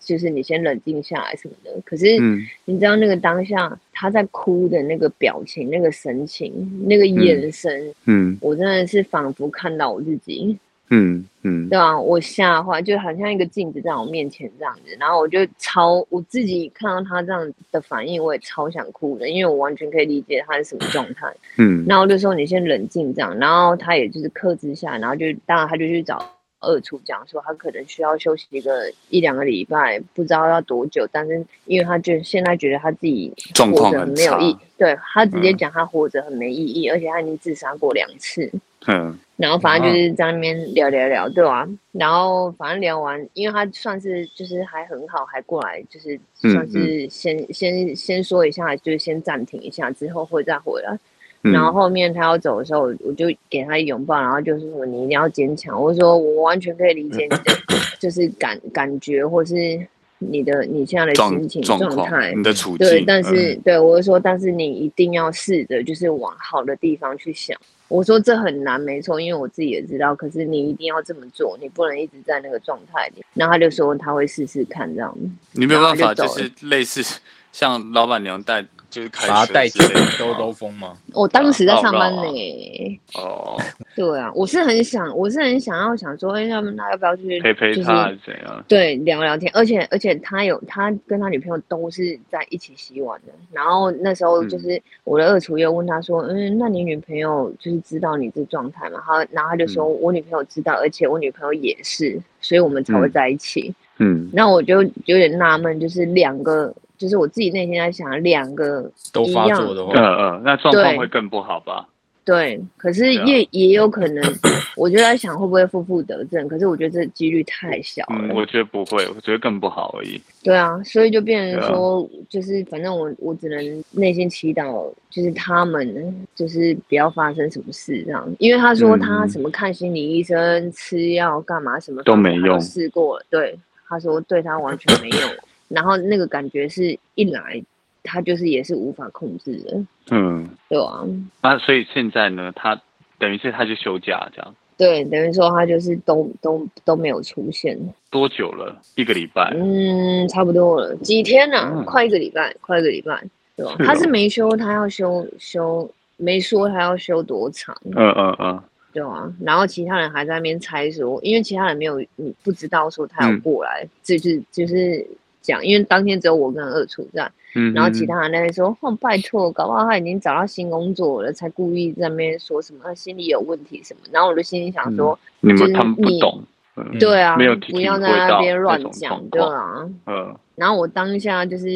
Speaker 4: 就是你先冷静下来什么的。可是
Speaker 3: 嗯
Speaker 4: 你知道那个当下他在哭的那个表情、那个神情、那个眼神，
Speaker 3: 嗯
Speaker 4: 我真的是仿佛看到我自己。
Speaker 3: 嗯嗯
Speaker 4: 对啊，我吓坏，就好像一个镜子在我面前这样子，然后我就超我自己看到他这样的反应，我也超想哭的，因为我完全可以理解他是什么状态。
Speaker 3: 嗯
Speaker 4: 然后我就说你先冷静这样，然后他也就是克制下，然后就当然他就去找二处讲说他可能需要休息一个一两个礼拜，不知道要多久，但是因为他觉得现在觉得他自己
Speaker 3: 状
Speaker 4: 活
Speaker 3: 况
Speaker 4: 着
Speaker 3: 很
Speaker 4: 没有
Speaker 3: 差
Speaker 4: 意义，对他直接
Speaker 3: 嗯
Speaker 4: 讲他活着很没意义，而且他已经自杀过两次，
Speaker 3: 嗯
Speaker 4: 然后反正就是在那边聊聊聊，对啊，然后反正聊完，因为他算是就是还很好，还过来就是
Speaker 3: 嗯
Speaker 4: 算是先、先先说一下，就是先暂停一下，之后会再回来。
Speaker 3: 嗯，
Speaker 4: 然后后面他要走的时候，我我就给他拥抱，然后就是说你一定要坚强。我说我完全可以理解你 的，就是感感觉或是你的你现在的
Speaker 3: 状
Speaker 4: 心情
Speaker 3: 状
Speaker 4: 状态
Speaker 3: 况，嗯你的处境，
Speaker 4: 对，但
Speaker 3: 嗯
Speaker 4: 是、对我是说，但是你一定要试着就是往好的地方去想。我说这很难，没错，因为我自己也知道。可是你一定要这么做，你不能一直在那个状态里。然后他就说他会试试看这样。
Speaker 3: 你没有办法，
Speaker 4: 然后就
Speaker 3: 就
Speaker 4: 走了
Speaker 3: 是类似像老板娘带，就是开
Speaker 2: 把他带去
Speaker 3: 车之类的
Speaker 2: 兜兜风吗？
Speaker 4: 我当时在
Speaker 3: 啊
Speaker 4: 上
Speaker 3: 绕
Speaker 4: 班
Speaker 3: 啊
Speaker 4: 呢、
Speaker 3: 哦，
Speaker 4: 对啊，我是很想，我是很想要想说，哎、要不那要不要去
Speaker 3: 陪陪
Speaker 4: 就是
Speaker 3: 他怎样？
Speaker 4: 对，聊聊天，而且而且他有他跟他女朋友都是在一起洗碗的。然后那时候就是我的二厨又问他说：“嗯那你女朋友就是知道你这状态吗？”他然后他就说：“我女朋友知道，而且我女朋友也是，所以我们才会
Speaker 3: 嗯
Speaker 4: 在一起。
Speaker 3: 嗯
Speaker 4: 那我就有点纳闷，就是两个，就是我自己内心在想，两个
Speaker 2: 都
Speaker 4: 一
Speaker 2: 发
Speaker 4: 样
Speaker 2: 作的
Speaker 3: 嗯
Speaker 2: 话，
Speaker 3: 嗯，那状况
Speaker 4: 对
Speaker 3: 会更不好吧？
Speaker 4: 对，可是
Speaker 3: 对啊
Speaker 4: 也、也有可能，我就在想会不会负负得正，可是我觉得这几率太小了。
Speaker 3: 嗯，我觉得不会，我觉得更不好而已。
Speaker 4: 对啊，所以就变成
Speaker 3: 对啊
Speaker 4: 说，就是反正我我只能内心祈祷，就是他们就是不要发生什么事这样。因为他说他
Speaker 3: 嗯
Speaker 4: 什么看心理医生、吃药干嘛什么
Speaker 3: 都
Speaker 4: 方式
Speaker 3: 没
Speaker 4: 他
Speaker 3: 用
Speaker 4: 试过了。对，他说对他完全没用。然后那个感觉是一来，他就是也是无法控制的，
Speaker 3: 嗯，
Speaker 4: 对啊，
Speaker 3: 那所以现在呢，他等于是他就休假这样，
Speaker 4: 对，等于说他就是都都都没有出现，
Speaker 3: 多久了？一个礼拜。
Speaker 4: 嗯，差不多了，几天了、
Speaker 3: 哎嗯
Speaker 4: 快一个礼拜，快一个礼拜，对吧？
Speaker 3: 是
Speaker 4: 他
Speaker 3: 哦
Speaker 4: 是没休，他要休休，没说他要休多长，
Speaker 3: 嗯嗯嗯
Speaker 4: 对啊。然后其他人还在那边猜说，因为其他人没有，嗯不知道说他有
Speaker 3: 嗯
Speaker 4: 过来，就是就是讲，因为当天只有我跟二处在，
Speaker 3: 嗯，
Speaker 4: 然后其他人在那边说，哦，拜托，搞不好他已经找到新工作了，才故意在那边说什么他心里有问题什么。然后我就心里想说，
Speaker 3: 你
Speaker 4: 就
Speaker 3: 们
Speaker 4: 是
Speaker 3: 他们不
Speaker 4: 你
Speaker 3: 懂，嗯
Speaker 4: 对啊，
Speaker 3: 没有体
Speaker 4: 不要
Speaker 3: 体
Speaker 4: 在
Speaker 3: 会
Speaker 4: 那
Speaker 3: 到
Speaker 4: 边
Speaker 3: 那
Speaker 4: 乱
Speaker 3: 种
Speaker 4: 讲
Speaker 3: 状，
Speaker 4: 对
Speaker 3: 况
Speaker 4: 啊。
Speaker 3: 嗯
Speaker 4: 然后我当下就是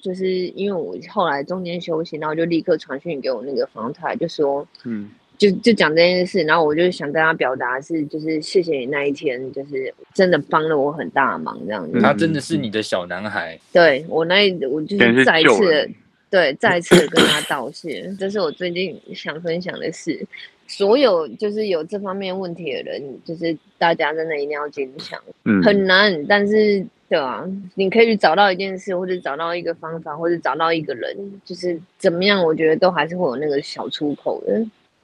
Speaker 4: 就是因为我后来中间休息，然后我就立刻传讯给我那个房太，就说
Speaker 3: 嗯
Speaker 4: 就就讲这件事，然后我就想跟他表达是就是谢谢你那一天，就是真的帮了我很大的忙这样子。
Speaker 2: 他嗯真的是
Speaker 4: 嗯
Speaker 2: 你的小男孩，
Speaker 4: 对我那一我就
Speaker 3: 嗯等于
Speaker 4: 是
Speaker 3: 是
Speaker 4: 再一
Speaker 3: 救
Speaker 4: 次地
Speaker 3: 人
Speaker 4: 对再一次地跟他道谢，这是我最近想分享的事。所有就是有这方面问题的人，就是大家真的一定要坚强。
Speaker 3: 嗯，
Speaker 4: 很难，但是对啊，你可以去找到一件事，或者找到一个方法，或者找到一个人，就是怎么样，我觉得都还是会有那个小出口的。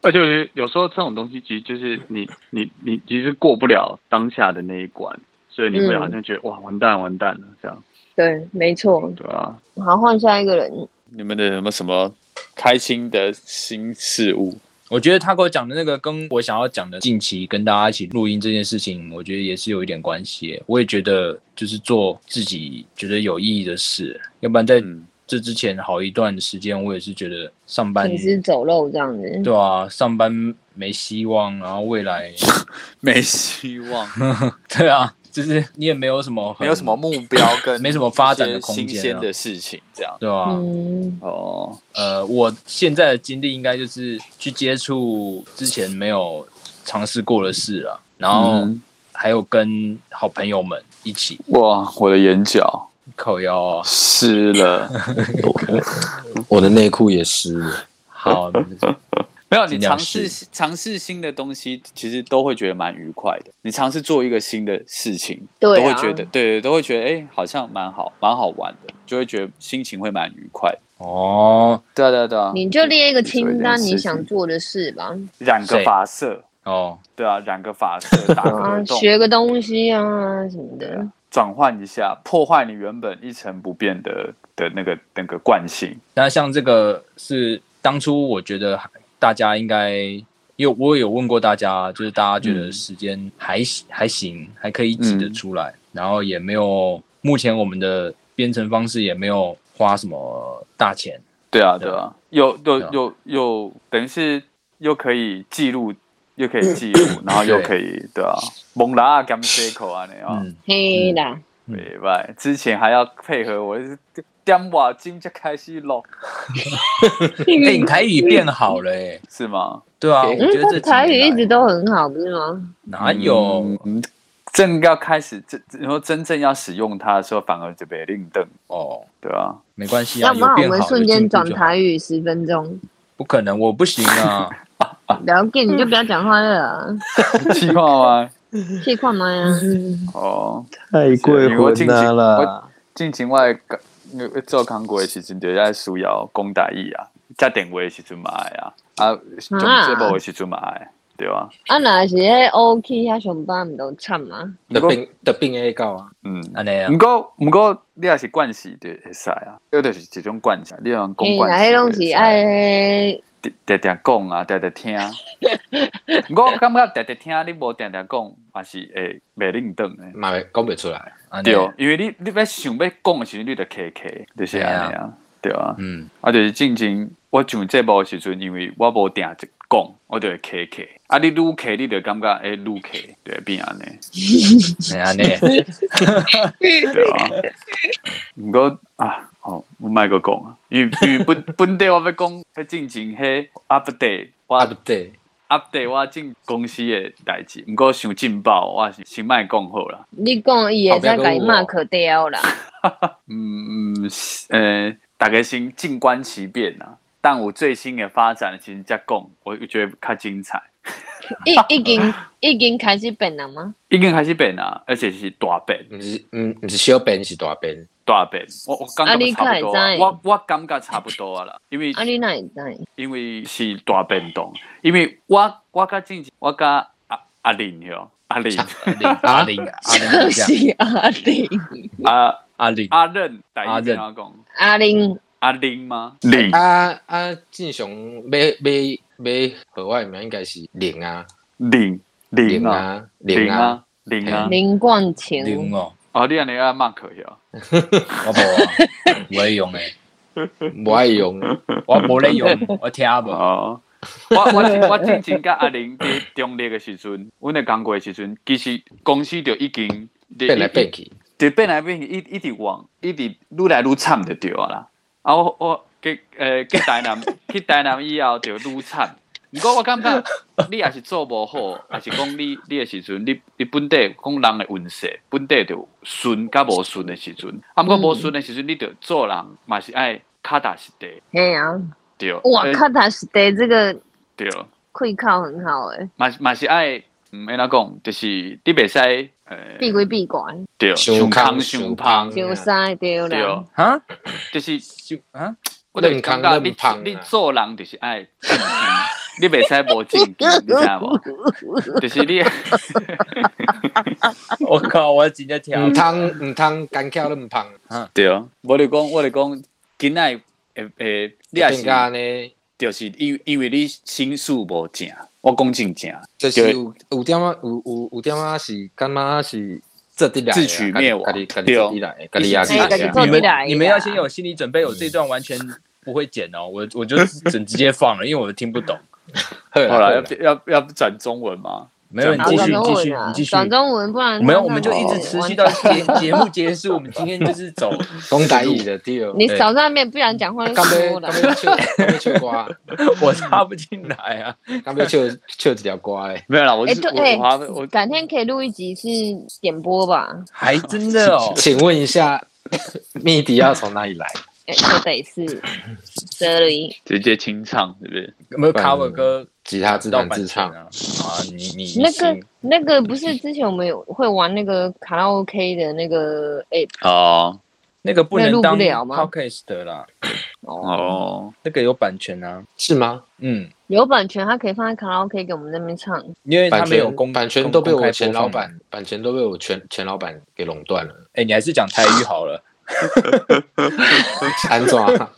Speaker 3: 而且我觉得有时候这种东西，其实就是你你你其实过不了当下的那一关，所以你会
Speaker 4: 嗯
Speaker 3: 好像觉得、哇完蛋完蛋了这样，
Speaker 4: 对，没错。
Speaker 3: 对啊。
Speaker 4: 好，换下一个人。
Speaker 3: 你们的什么什么开心的新事 物？
Speaker 2: 我觉得他跟我讲的那个，跟我想要讲的近期跟大家一起录音这件事情，我觉得也是有一点关系耶。我也觉得就是做自己觉得有意义的事，要不然在
Speaker 3: 嗯
Speaker 2: 这之前好一段时间，我也是觉得上班
Speaker 4: 行尸走肉这样子，
Speaker 2: 对啊，上班没希望，然后未来
Speaker 3: 没希望，
Speaker 2: 对啊，就是你也没有什么很
Speaker 3: 没有什么目标跟
Speaker 2: 没什么发展的空间
Speaker 3: 新
Speaker 2: 啊
Speaker 3: 鲜的事情这样。
Speaker 2: 对啊，
Speaker 4: 嗯
Speaker 3: 哦，
Speaker 2: 呃，我现在的经历应该就是去接触之前没有尝试过的事了，然后
Speaker 3: 嗯
Speaker 2: 还有跟好朋友们一起
Speaker 3: 哇，我的眼角
Speaker 2: 靠腰 啊，
Speaker 3: 湿了。
Speaker 5: 我的内裤也湿了，
Speaker 2: 好，
Speaker 3: 没有，你
Speaker 2: 尽量
Speaker 3: 尝试
Speaker 2: 试
Speaker 3: 尝试新的东西，其实都会觉得蛮愉快的。你尝试做一个新的事情，
Speaker 4: 对
Speaker 3: 都会
Speaker 4: 啊
Speaker 3: 觉得，对对，都会觉得，哎、好像蛮好，蛮好玩的，就会觉得心情会蛮愉快的。
Speaker 2: 哦
Speaker 3: 对啊对啊对啊，
Speaker 4: 你就列一个清
Speaker 2: 嗯
Speaker 4: 单，
Speaker 3: 做一
Speaker 4: 你
Speaker 3: 件事情
Speaker 4: 想做的事吧。
Speaker 3: 染个
Speaker 2: 谁
Speaker 3: 发色，
Speaker 2: 哦，
Speaker 3: 对啊，染个发色，打个
Speaker 4: 啊，
Speaker 3: 洞，
Speaker 4: 学个东西啊什么的。
Speaker 3: 转换一下，破坏你原本一成不变的的那个那个惯性。
Speaker 2: 那像这个是当初我觉得大家应该因为我有问过大家，就是大家觉得时间还行、还行，还可以挤得出
Speaker 4: 嗯
Speaker 2: 来，然后也没有目前我们的编程方式也没有花什么大钱，
Speaker 3: 对啊，对啊，又又
Speaker 2: 对啊
Speaker 3: 又又等于是又可以记录，又可以记录，然后又可以对啊，蒙拉甘塞口啊那样，
Speaker 2: 嗯，
Speaker 4: 嘿 啦，
Speaker 2: 嗯
Speaker 3: 明白？之前还要配合我，点瓦金才开始录，
Speaker 2: 哎、你台语变好了、欸，
Speaker 3: 是吗？
Speaker 2: 对啊，我
Speaker 5: 嗯
Speaker 2: 觉得这
Speaker 4: 嗯，
Speaker 2: 几年来
Speaker 4: 台语一直都很好，不是吗？
Speaker 2: 哪有、
Speaker 3: 嗯，正要开始真，然后真正要使用它的时候，反而就被另瞪，
Speaker 2: 哦，
Speaker 3: 对吧、
Speaker 2: 没关系啊，
Speaker 4: 要不
Speaker 2: 有
Speaker 4: 然我
Speaker 2: 变
Speaker 4: 们
Speaker 2: 好
Speaker 4: 瞬间转，
Speaker 2: 有进步就好
Speaker 4: 台语十分钟，
Speaker 2: 不可能，我不行啊，
Speaker 4: 不要紧，你就不要讲话 了啊，
Speaker 3: 啊？气话吗？
Speaker 4: 气矿吗呀？
Speaker 3: 哦，
Speaker 6: 太过分啊啦！
Speaker 3: 进前我的工呃做工过的时阵，就爱需要讲台语啊，接电话的时阵嘛爱啊，啊，上节目的时阵嘛爱，对吧、
Speaker 4: 啊，若是迄 OK 遐上班，毋都惨啊！
Speaker 5: 的病的病 A 告啊，
Speaker 3: 嗯。
Speaker 6: 哎
Speaker 2: 安尼啊
Speaker 3: 毋，过毋过，你若是惯习就会使啊，迄就是一种惯习，你若
Speaker 4: 嘿
Speaker 3: 讲
Speaker 4: 啦，
Speaker 3: 惯习
Speaker 4: 迄拢
Speaker 3: 就会
Speaker 4: 是
Speaker 3: 使。
Speaker 4: 爱
Speaker 3: 直直直讲啊，直直听。我感觉直直听，你无直直讲，也是会袂灵动的。
Speaker 5: 嘛讲不出来。
Speaker 2: 安尼
Speaker 4: 嗯
Speaker 3: 对哦
Speaker 2: 啊，，
Speaker 4: 哦
Speaker 3: 因为你你要想要讲的时候，你就客客，就是
Speaker 6: 哎
Speaker 3: 安尼啊，对啊。
Speaker 2: 嗯，
Speaker 3: 啊，就是进前我上节目的时阵，因为我无定一讲，我就会客客。啊，你愈客，你就感觉会愈客，就会变安尼，
Speaker 2: 嘿安尼，
Speaker 3: 对啊。毋过啊，哦，我莫个讲啊，因为 因为本本地我要讲，迄进前迄 update，我
Speaker 5: 啊，对，
Speaker 3: update 我进公司的代志，毋过想劲爆，我是先莫讲好啦。
Speaker 4: 你讲伊会使
Speaker 5: 后壁
Speaker 4: 甲
Speaker 5: 还
Speaker 4: 伊
Speaker 5: 有我
Speaker 4: 骂可掉啦，
Speaker 3: 嗯嗯，呃，大家先静观其变啦。但我最新的发展其实再讲，我觉得较精彩。
Speaker 4: 已已经已经开始变了吗？
Speaker 3: 已经开始变啊，而且是大变，
Speaker 5: 不是嗯不是小病是大 病，
Speaker 3: 大变。我我感
Speaker 4: 啊
Speaker 3: 觉
Speaker 4: 你
Speaker 3: 差不多啊
Speaker 4: 较会，知
Speaker 3: 我我感觉差不多啊啦，因为
Speaker 4: 啊，你哪会知？
Speaker 3: 因为是大变动，因为我我甲进我甲阿阿玲哟，阿玲啊
Speaker 5: 啊
Speaker 2: 阿玲啊 阿玲阿
Speaker 4: 就
Speaker 2: 玲这样，
Speaker 4: 是阿玲，
Speaker 3: 阿
Speaker 2: 阿玲
Speaker 3: 啊阿任，台
Speaker 2: 阿
Speaker 3: 语
Speaker 2: 任
Speaker 3: 怎么讲？
Speaker 4: 阿玲，
Speaker 3: 阿玲吗？玲
Speaker 5: 啊啊，正常买买买河外名应该是零啊
Speaker 3: 零
Speaker 5: 零
Speaker 3: 零啊
Speaker 5: 啊零啊，
Speaker 3: 零啊！
Speaker 4: 林冠晴
Speaker 2: 玲，哦，
Speaker 3: 哦，你安尼啊，Mark 哟，
Speaker 2: 我无啊，我会用诶，
Speaker 5: 无 爱用，
Speaker 2: 我无咧用，我听 无，
Speaker 3: 哦，我我我之前甲阿玲伫中立的时阵，阮的工过的时阵，其实公司就已经
Speaker 5: 变来 变，去，
Speaker 3: 对变来变去，一一直往，一直愈来愈惨就对啊啦。啊，我我去呃去台南， 去台南以后就愈惨。毋过我感觉你也是做无好，也是讲你你的时阵，你你本地讲人的运势，本地就顺甲无顺的时阵，啊，毋过无顺的时阵，你着做人嘛是爱脚踏实地。
Speaker 4: 嘿啊，
Speaker 3: 对，
Speaker 4: 哇
Speaker 3: 呃
Speaker 4: 靠，他是对这个
Speaker 3: 对，
Speaker 4: 溃靠很好诶，
Speaker 3: 嘛是嘛是爱，嗯，安怎讲，就是你袂使，呃，
Speaker 4: 闭归闭关，
Speaker 3: 对，
Speaker 5: 伤空
Speaker 3: 伤
Speaker 5: 伤
Speaker 3: 胖，
Speaker 5: 空
Speaker 4: 就塞对
Speaker 3: 对，
Speaker 4: 啦，
Speaker 2: 啊，
Speaker 3: 就是
Speaker 2: 就啊，
Speaker 3: 我就
Speaker 5: 嫩
Speaker 3: 感
Speaker 5: 空
Speaker 3: 觉
Speaker 5: 嫩胖啊
Speaker 3: 你你做人就是爱正经，你袂使无正经，你知影无？就是你，
Speaker 2: 我靠，我真正听
Speaker 5: 嗯唔通唔通干巧都唔胖，
Speaker 3: 对，我就讲，我就讲，囡仔会会，你也
Speaker 5: 变
Speaker 3: 是，
Speaker 5: 家呢？
Speaker 3: 就是因因为你心术无正，我讲真正，
Speaker 5: 就是有有点啊，有有有点啊，是干嘛是自己来的啊
Speaker 3: 自取灭亡
Speaker 5: 自己自己自己来的，自己压
Speaker 3: 对哦
Speaker 4: 嘿，
Speaker 5: 力
Speaker 3: 自
Speaker 4: 家
Speaker 3: 己
Speaker 4: 己
Speaker 3: 啊
Speaker 5: 来的。
Speaker 4: 做
Speaker 2: 嗯哎你
Speaker 4: 起
Speaker 2: 们
Speaker 4: 来，
Speaker 2: 你们要先有心理准备，我这段完全不会剪哦，我我就整直接放了，因为我听不懂。
Speaker 3: 好
Speaker 5: 好
Speaker 3: 了，
Speaker 5: 了，
Speaker 3: 要要要转中文吗？
Speaker 2: 没有，你
Speaker 4: 啊
Speaker 2: 继
Speaker 4: 转
Speaker 2: 续，你
Speaker 4: 中
Speaker 2: 继续，
Speaker 4: 文啊
Speaker 2: 你继，续。
Speaker 4: 转中文，不然
Speaker 2: 没有，我们就一直持续到
Speaker 4: 完蛋
Speaker 2: 节节目结束。我们今天就是走，
Speaker 5: 讲台语的对。
Speaker 4: 你少在那边，不然讲话就
Speaker 5: 干杯
Speaker 4: 输，
Speaker 5: 干
Speaker 4: 了。
Speaker 5: 杯唱，干杯唱歌啊，
Speaker 2: 我插不进来啊。
Speaker 5: 干杯唱唱一条歌诶。
Speaker 3: 没有啦，我
Speaker 4: 哎
Speaker 3: 是
Speaker 4: 对
Speaker 3: 我
Speaker 4: 哎
Speaker 3: 我还我
Speaker 4: 改天可以录一集是点播吧？
Speaker 2: 还真的哦，
Speaker 5: 请问一下，密迪要从哪里来？
Speaker 4: 哎、就得 是这里。
Speaker 3: 直接清唱，对不对？
Speaker 2: 有没有 cover 歌？
Speaker 5: 吉他自弹自
Speaker 2: 唱
Speaker 5: 唱，
Speaker 2: 啊！啊，你你
Speaker 4: 那个那个不是之前我们有会玩那个卡拉 OK 的那个 app
Speaker 3: 哦
Speaker 2: 那个不能当
Speaker 4: 那录不了吗
Speaker 2: podcast 的啦，
Speaker 4: 哦，
Speaker 3: 哦，
Speaker 2: 那个有版权啊。
Speaker 5: 是吗？
Speaker 2: 嗯，
Speaker 4: 有版权，它可以放在卡拉 OK 给我们那边唱。
Speaker 2: 因为他
Speaker 5: 版
Speaker 2: 没有
Speaker 5: 权
Speaker 2: 公
Speaker 5: 版权都被我前老。
Speaker 2: 公公开播
Speaker 5: 板，版权都被我前前老板给垄断了，
Speaker 2: 放哎，你还是讲台语好了。
Speaker 5: 安装
Speaker 3: 啊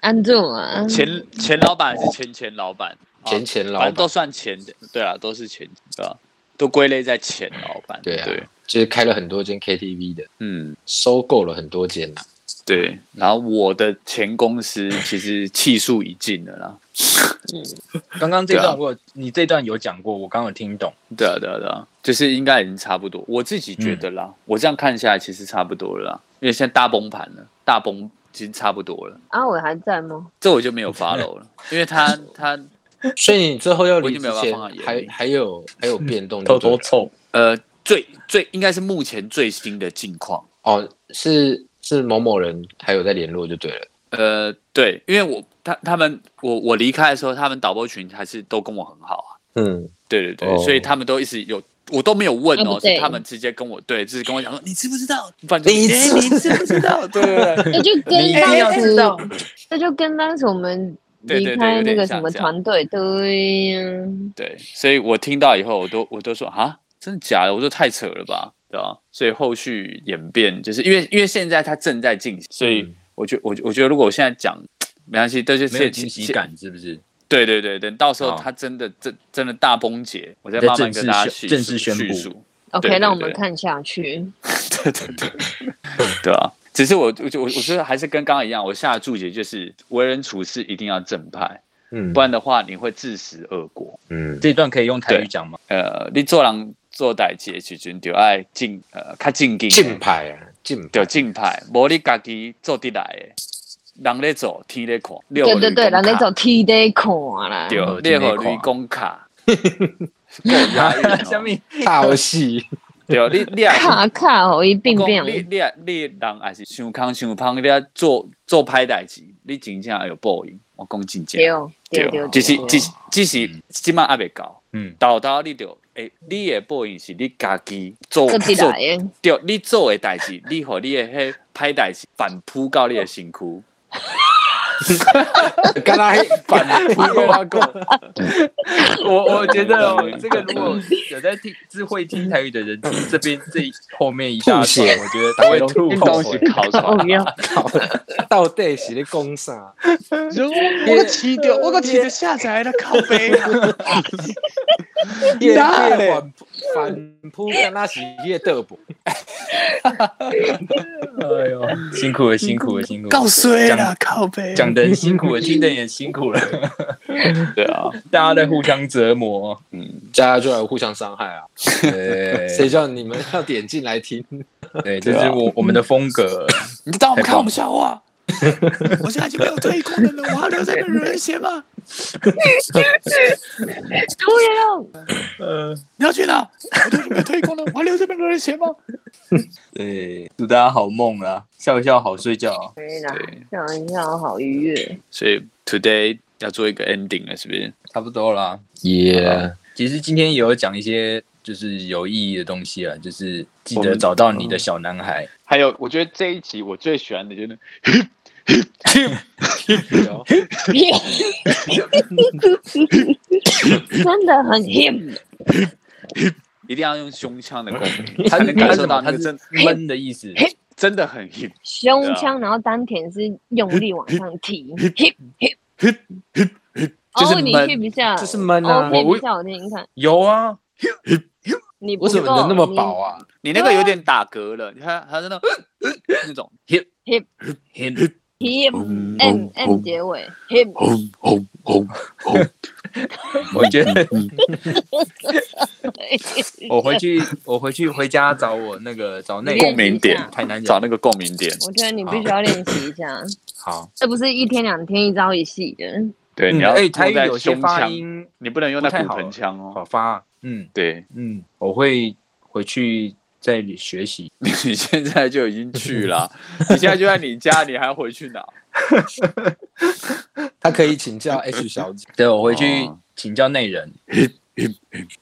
Speaker 4: 安住啊，啊
Speaker 3: 前前老板还是前前老板？
Speaker 5: 前前老
Speaker 3: 反正
Speaker 5: 板，
Speaker 3: 都算前的，对啊，都是前，对啊，都归类在前老板。
Speaker 5: 对啊
Speaker 3: 对，
Speaker 5: 就是开了很多间 KTV 的，
Speaker 3: 嗯，
Speaker 5: 收购了很多间啊呐、
Speaker 3: 对。然后我的前公司其实气数已尽了啦。
Speaker 2: 刚刚这
Speaker 3: 对啊
Speaker 2: 段我有、你这段有讲过，我刚刚有听懂。
Speaker 3: 对啊，对啊，对啊，就是应该已经差不多，我自己觉得啦，我这样看下来其实差不多了啦，因为现在大崩盘了，大崩其实差不多了，
Speaker 4: 阿伟还在吗？
Speaker 3: 这我就没有 follow 了，因为他他
Speaker 5: 所以你之后要
Speaker 3: 我已
Speaker 5: 离
Speaker 3: 经
Speaker 5: 之
Speaker 3: 没有办法
Speaker 5: 前
Speaker 3: 放在眼
Speaker 5: 还
Speaker 3: 里
Speaker 5: 还有还有变动
Speaker 2: 偷
Speaker 5: 就对了，
Speaker 2: 偷凑，
Speaker 3: 呃最最应该是目前最新的近况，
Speaker 5: 哦，是是某某人还有在联络就对了，
Speaker 3: 呃对，因为我他他们我我离开的时候，他们导播群还是都跟我很好啊，
Speaker 5: 嗯，
Speaker 3: 对对对，
Speaker 5: 哦
Speaker 3: 所以他们都一直有。我都没有问
Speaker 4: 啊
Speaker 3: 哦
Speaker 4: 不，对
Speaker 3: 是他们直接跟我对，就是跟我讲说你知不知道？反正你你知不知道？对对对，
Speaker 4: 这就
Speaker 2: 你
Speaker 4: 跟
Speaker 2: 一定要
Speaker 4: 当
Speaker 2: 知道
Speaker 4: 初，这就跟当时我们
Speaker 3: 对对
Speaker 4: 离
Speaker 3: 对
Speaker 4: 开
Speaker 3: 有
Speaker 4: 那
Speaker 3: 点
Speaker 4: 个
Speaker 3: 像
Speaker 4: 什么
Speaker 3: 这样
Speaker 4: 团队，对呀，
Speaker 3: 对，所以我听到以后，我都我都说啊，真的假的？我说太扯了吧，对吧、所以后续演变，就是因为因为现在它正在进行，所以
Speaker 5: 嗯
Speaker 3: 我觉我我觉得如果我现在讲，没关系，但是
Speaker 2: 没有惊喜。感是不是？
Speaker 3: 对对对，等到时候
Speaker 2: 好
Speaker 3: 它真的真真的大崩解，我再
Speaker 2: 再
Speaker 3: 慢慢
Speaker 2: 正
Speaker 3: 跟
Speaker 2: 式
Speaker 3: 大
Speaker 2: 宣
Speaker 3: 家叙
Speaker 2: 正
Speaker 3: 述
Speaker 2: 式宣
Speaker 3: 叙
Speaker 2: 布
Speaker 3: 述。对
Speaker 4: OK，
Speaker 3: 对
Speaker 4: 让我们
Speaker 3: 对
Speaker 4: 看下去。
Speaker 3: 对对对，对啊。只是我我我我觉得还是跟刚刚一样，我下的注解就是为人处事一定要正派，
Speaker 5: 嗯
Speaker 3: 不然的话你会自食恶果。
Speaker 5: 嗯，
Speaker 2: 这段可以用台
Speaker 3: 对
Speaker 2: 语讲吗？
Speaker 3: 呃，你做人做代志的时阵，就爱进呃较进进，
Speaker 5: 竞牌啊，竞牌
Speaker 3: 就进派，无你家己做得来的，人咧做，天咧看，对
Speaker 4: 对对对，人家走 T day 看啦，
Speaker 3: 对，
Speaker 2: 天
Speaker 3: 你
Speaker 2: 在
Speaker 3: 互
Speaker 2: 看
Speaker 3: 雷公卡，够押韵哦
Speaker 2: 下面
Speaker 5: 大游戏，
Speaker 3: 对，你你也是
Speaker 4: 卡卡哦，一并
Speaker 3: 讲
Speaker 4: 变
Speaker 3: 你你也你人也是想空想胖，你也做做歹代志，你真正会有报应，我讲真正
Speaker 4: 对。哦对对，
Speaker 3: 只是
Speaker 4: 对
Speaker 3: 只是只是即马还未到，
Speaker 2: 嗯，
Speaker 3: 到到你就诶，你的报应是你家己做
Speaker 4: 做得
Speaker 3: 做
Speaker 4: 来的，
Speaker 3: 对，你做诶代志，你和你诶迄歹代志反扑到你诶身躯，
Speaker 5: 刚才
Speaker 3: 反扑到讲，
Speaker 2: 我我觉得哦，这个如果有在听智慧听台语的人，听这边这一后面一大
Speaker 5: 吐
Speaker 2: 段，
Speaker 5: 血
Speaker 2: 我觉得他会吐
Speaker 5: 运
Speaker 2: 口
Speaker 5: 动
Speaker 2: 水
Speaker 5: 血。
Speaker 3: 考出
Speaker 4: 哦哟，
Speaker 5: 到底是咧讲啥？
Speaker 3: 我骑掉，
Speaker 1: 嗯
Speaker 3: 我个骑着下载了靠背啊！
Speaker 5: 夜
Speaker 3: 哪嘞
Speaker 5: 夜反反扑，刚才是夜德博，
Speaker 2: 哎呦，辛苦了，辛苦了，辛苦了！
Speaker 1: 告衰
Speaker 2: 讲
Speaker 1: 了，靠背。
Speaker 2: 讲的辛苦了，听的也辛苦了，
Speaker 3: 对啊，
Speaker 2: 大家在互相折磨。
Speaker 5: 大家就来互相伤害啊！ 谁
Speaker 2: 对，
Speaker 5: 叫你们要点进来听？
Speaker 2: 对，啊这是我我们的风格。
Speaker 1: 你当我们
Speaker 2: 太
Speaker 1: 看
Speaker 2: 棒
Speaker 1: 我们笑话？ 我现在已经没有退功能了，我还留在那惹人嫌吗？
Speaker 4: 对哦，
Speaker 1: 你要去哪？我都已经没有退功能，我还留在那惹人嫌吗？
Speaker 2: 对，祝大家好梦啦，笑一笑，好睡觉啊。
Speaker 4: 可以啦
Speaker 3: 对，
Speaker 4: 想一下好愉悦，
Speaker 3: 所以 today 要做一个 ending 了，是不是？
Speaker 2: 差不多啦。
Speaker 5: 耶，
Speaker 2: 其实今天也有讲一些就是有意义的东西啊，就是记得找到你的小男 孩。
Speaker 3: 还有，我觉得这一集我最喜欢的就是
Speaker 5: 哦
Speaker 4: 真的很 hip，
Speaker 3: 一定要用胸腔的共
Speaker 2: 嗯
Speaker 3: 鸣，才能感受到那
Speaker 2: 他
Speaker 3: 个
Speaker 2: 是
Speaker 3: 真
Speaker 2: 闷的意思，
Speaker 3: 真的很 hip。
Speaker 4: 胸腔，然后丹田是用力往上提，hip hip
Speaker 3: hip，就是
Speaker 4: 哦，你
Speaker 3: 闷
Speaker 4: hip 一下，
Speaker 5: 就是闷
Speaker 4: 哦
Speaker 5: 啊！
Speaker 4: ，hip 一下，我听听看，
Speaker 2: 有啊，
Speaker 4: 你不
Speaker 5: 我怎么能那么薄
Speaker 4: 啊？
Speaker 5: 啊？
Speaker 3: 你那个有点打嗝了，你看他真的呃那种 hip，
Speaker 2: hip
Speaker 4: hip m m 结尾，hip
Speaker 2: 我觉 得我回去，我回去回家找我那个找那
Speaker 4: 共
Speaker 3: 鸣点
Speaker 2: 太难
Speaker 3: 找
Speaker 2: 讲。
Speaker 3: 那个共鸣点。
Speaker 4: 我觉得你必须要练习一下，
Speaker 2: 好，
Speaker 4: 这不是一天两天一朝一夕的。
Speaker 3: 对，你
Speaker 2: 嗯，
Speaker 3: 要
Speaker 2: 哎，台
Speaker 3: 用
Speaker 2: 语
Speaker 3: 在
Speaker 2: 有些
Speaker 3: 胸
Speaker 2: 发
Speaker 3: 腔，
Speaker 2: 音
Speaker 3: 你不能用在
Speaker 2: 不太
Speaker 3: 骨
Speaker 2: 好
Speaker 3: 盆腔哦。
Speaker 2: 好发，嗯
Speaker 3: 对，
Speaker 2: 嗯，我会回去再学习。
Speaker 3: 你现在就已经 去了，你现在就在你家，你还要回去哪？
Speaker 5: 他可以请教 H 小姐，
Speaker 2: 对，我回去
Speaker 3: 哦
Speaker 2: 请教内人。hip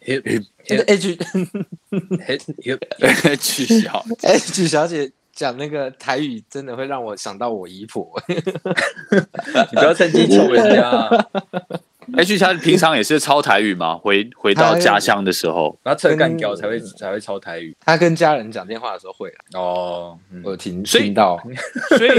Speaker 2: hip
Speaker 5: 那个 H
Speaker 2: hip hip
Speaker 3: 取消。
Speaker 5: H 小姐讲那个台语，真的会让我想到我姨婆。
Speaker 2: 你不要趁机 抽人家啊，
Speaker 3: 哎，取消平常也是抄台语吗？回回到家乡的时候，
Speaker 2: 然后扯干掉才会才会抄台语。
Speaker 5: 她跟家人讲电话的时候会啦，啊
Speaker 2: 哦，嗯
Speaker 5: 我有听
Speaker 3: 所以
Speaker 5: 听到。
Speaker 3: 所以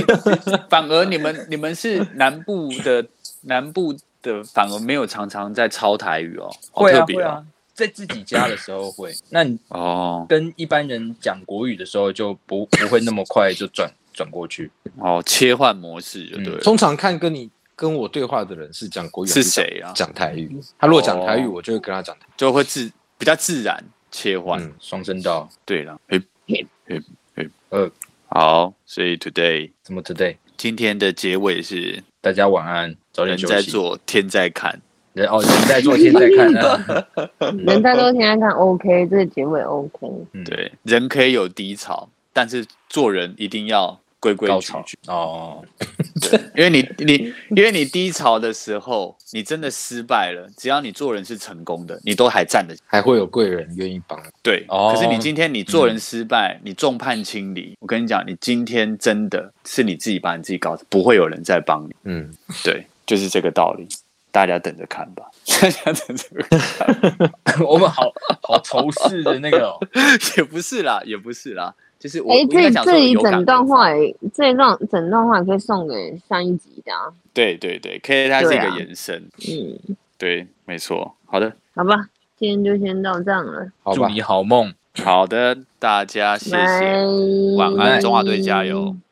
Speaker 3: 反而你们你们是南部的南部的反而没有常常在抄台语哦，好
Speaker 2: 会
Speaker 3: 特
Speaker 2: 啊
Speaker 3: 别
Speaker 2: 会
Speaker 3: 哦
Speaker 2: 啊，在自己家的时候会。那你
Speaker 3: 哦
Speaker 2: 跟一般人讲国语的时候，就不不会那么快就转转过去。
Speaker 3: 哦，切换模式就对了。
Speaker 5: 通常看跟你跟我对话的人是讲
Speaker 2: 嗯
Speaker 5: 国语还
Speaker 3: 是
Speaker 5: 讲
Speaker 3: 谁啊？
Speaker 5: 讲台语。他如果讲台语，
Speaker 3: 哦
Speaker 5: 我就会跟他讲台语。
Speaker 3: 就会自比较自然切换。
Speaker 5: 嗯
Speaker 2: 双声道，
Speaker 3: 对了，嘿，嘿，嘿，嘿，
Speaker 2: 呃，
Speaker 3: 好，所以 today
Speaker 2: 怎么 today？
Speaker 3: 今天的结尾是
Speaker 2: 大家晚安，早点
Speaker 3: 人
Speaker 2: 休
Speaker 3: 在
Speaker 2: 息。
Speaker 3: 做，天在看。
Speaker 2: 人哦，人在做，天在 看啊。
Speaker 4: 人太多，现在看 OK，这个结尾 OK。
Speaker 2: 嗯
Speaker 3: 对，人可以有低潮，但是做人一定要规规
Speaker 2: 高
Speaker 3: 矩
Speaker 2: 潮
Speaker 3: 矩。
Speaker 2: 哦，
Speaker 3: 对，因为你你因为你低潮的时候，你真的失败了，只要你做人是成功的，你都还站得
Speaker 5: 还会有贵人愿意帮。
Speaker 3: 对，
Speaker 2: 哦
Speaker 3: 可是你今天你做人失败，你众叛亲离，我跟你讲，你今天真的是你自己把你自己搞死，不会有人再帮你。
Speaker 5: 嗯，
Speaker 3: 对，就是这个道理，大家等着看吧， 大家等着看，
Speaker 2: 我们好好仇视的那个哦，
Speaker 3: 也不是啦，也不是啦，就是我、
Speaker 4: 哎、
Speaker 3: 我应
Speaker 4: 这
Speaker 3: 该讲说
Speaker 4: 这一
Speaker 3: 有感
Speaker 4: 整段
Speaker 3: 而
Speaker 4: 话
Speaker 3: 发，
Speaker 4: 也，这一段整段话也可以送给上一集的、啊。
Speaker 3: 对对对，可以，它是一
Speaker 4: 对
Speaker 3: 个
Speaker 4: 啊
Speaker 3: 延伸，
Speaker 4: 嗯，
Speaker 3: 对，没错，好的，
Speaker 4: 好吧，今天就先到这样了，
Speaker 5: 好
Speaker 2: 祝
Speaker 5: 吧。
Speaker 2: 你好梦。
Speaker 3: 好的，大家谢
Speaker 4: 拜
Speaker 3: 谢，晚安，中华队加油。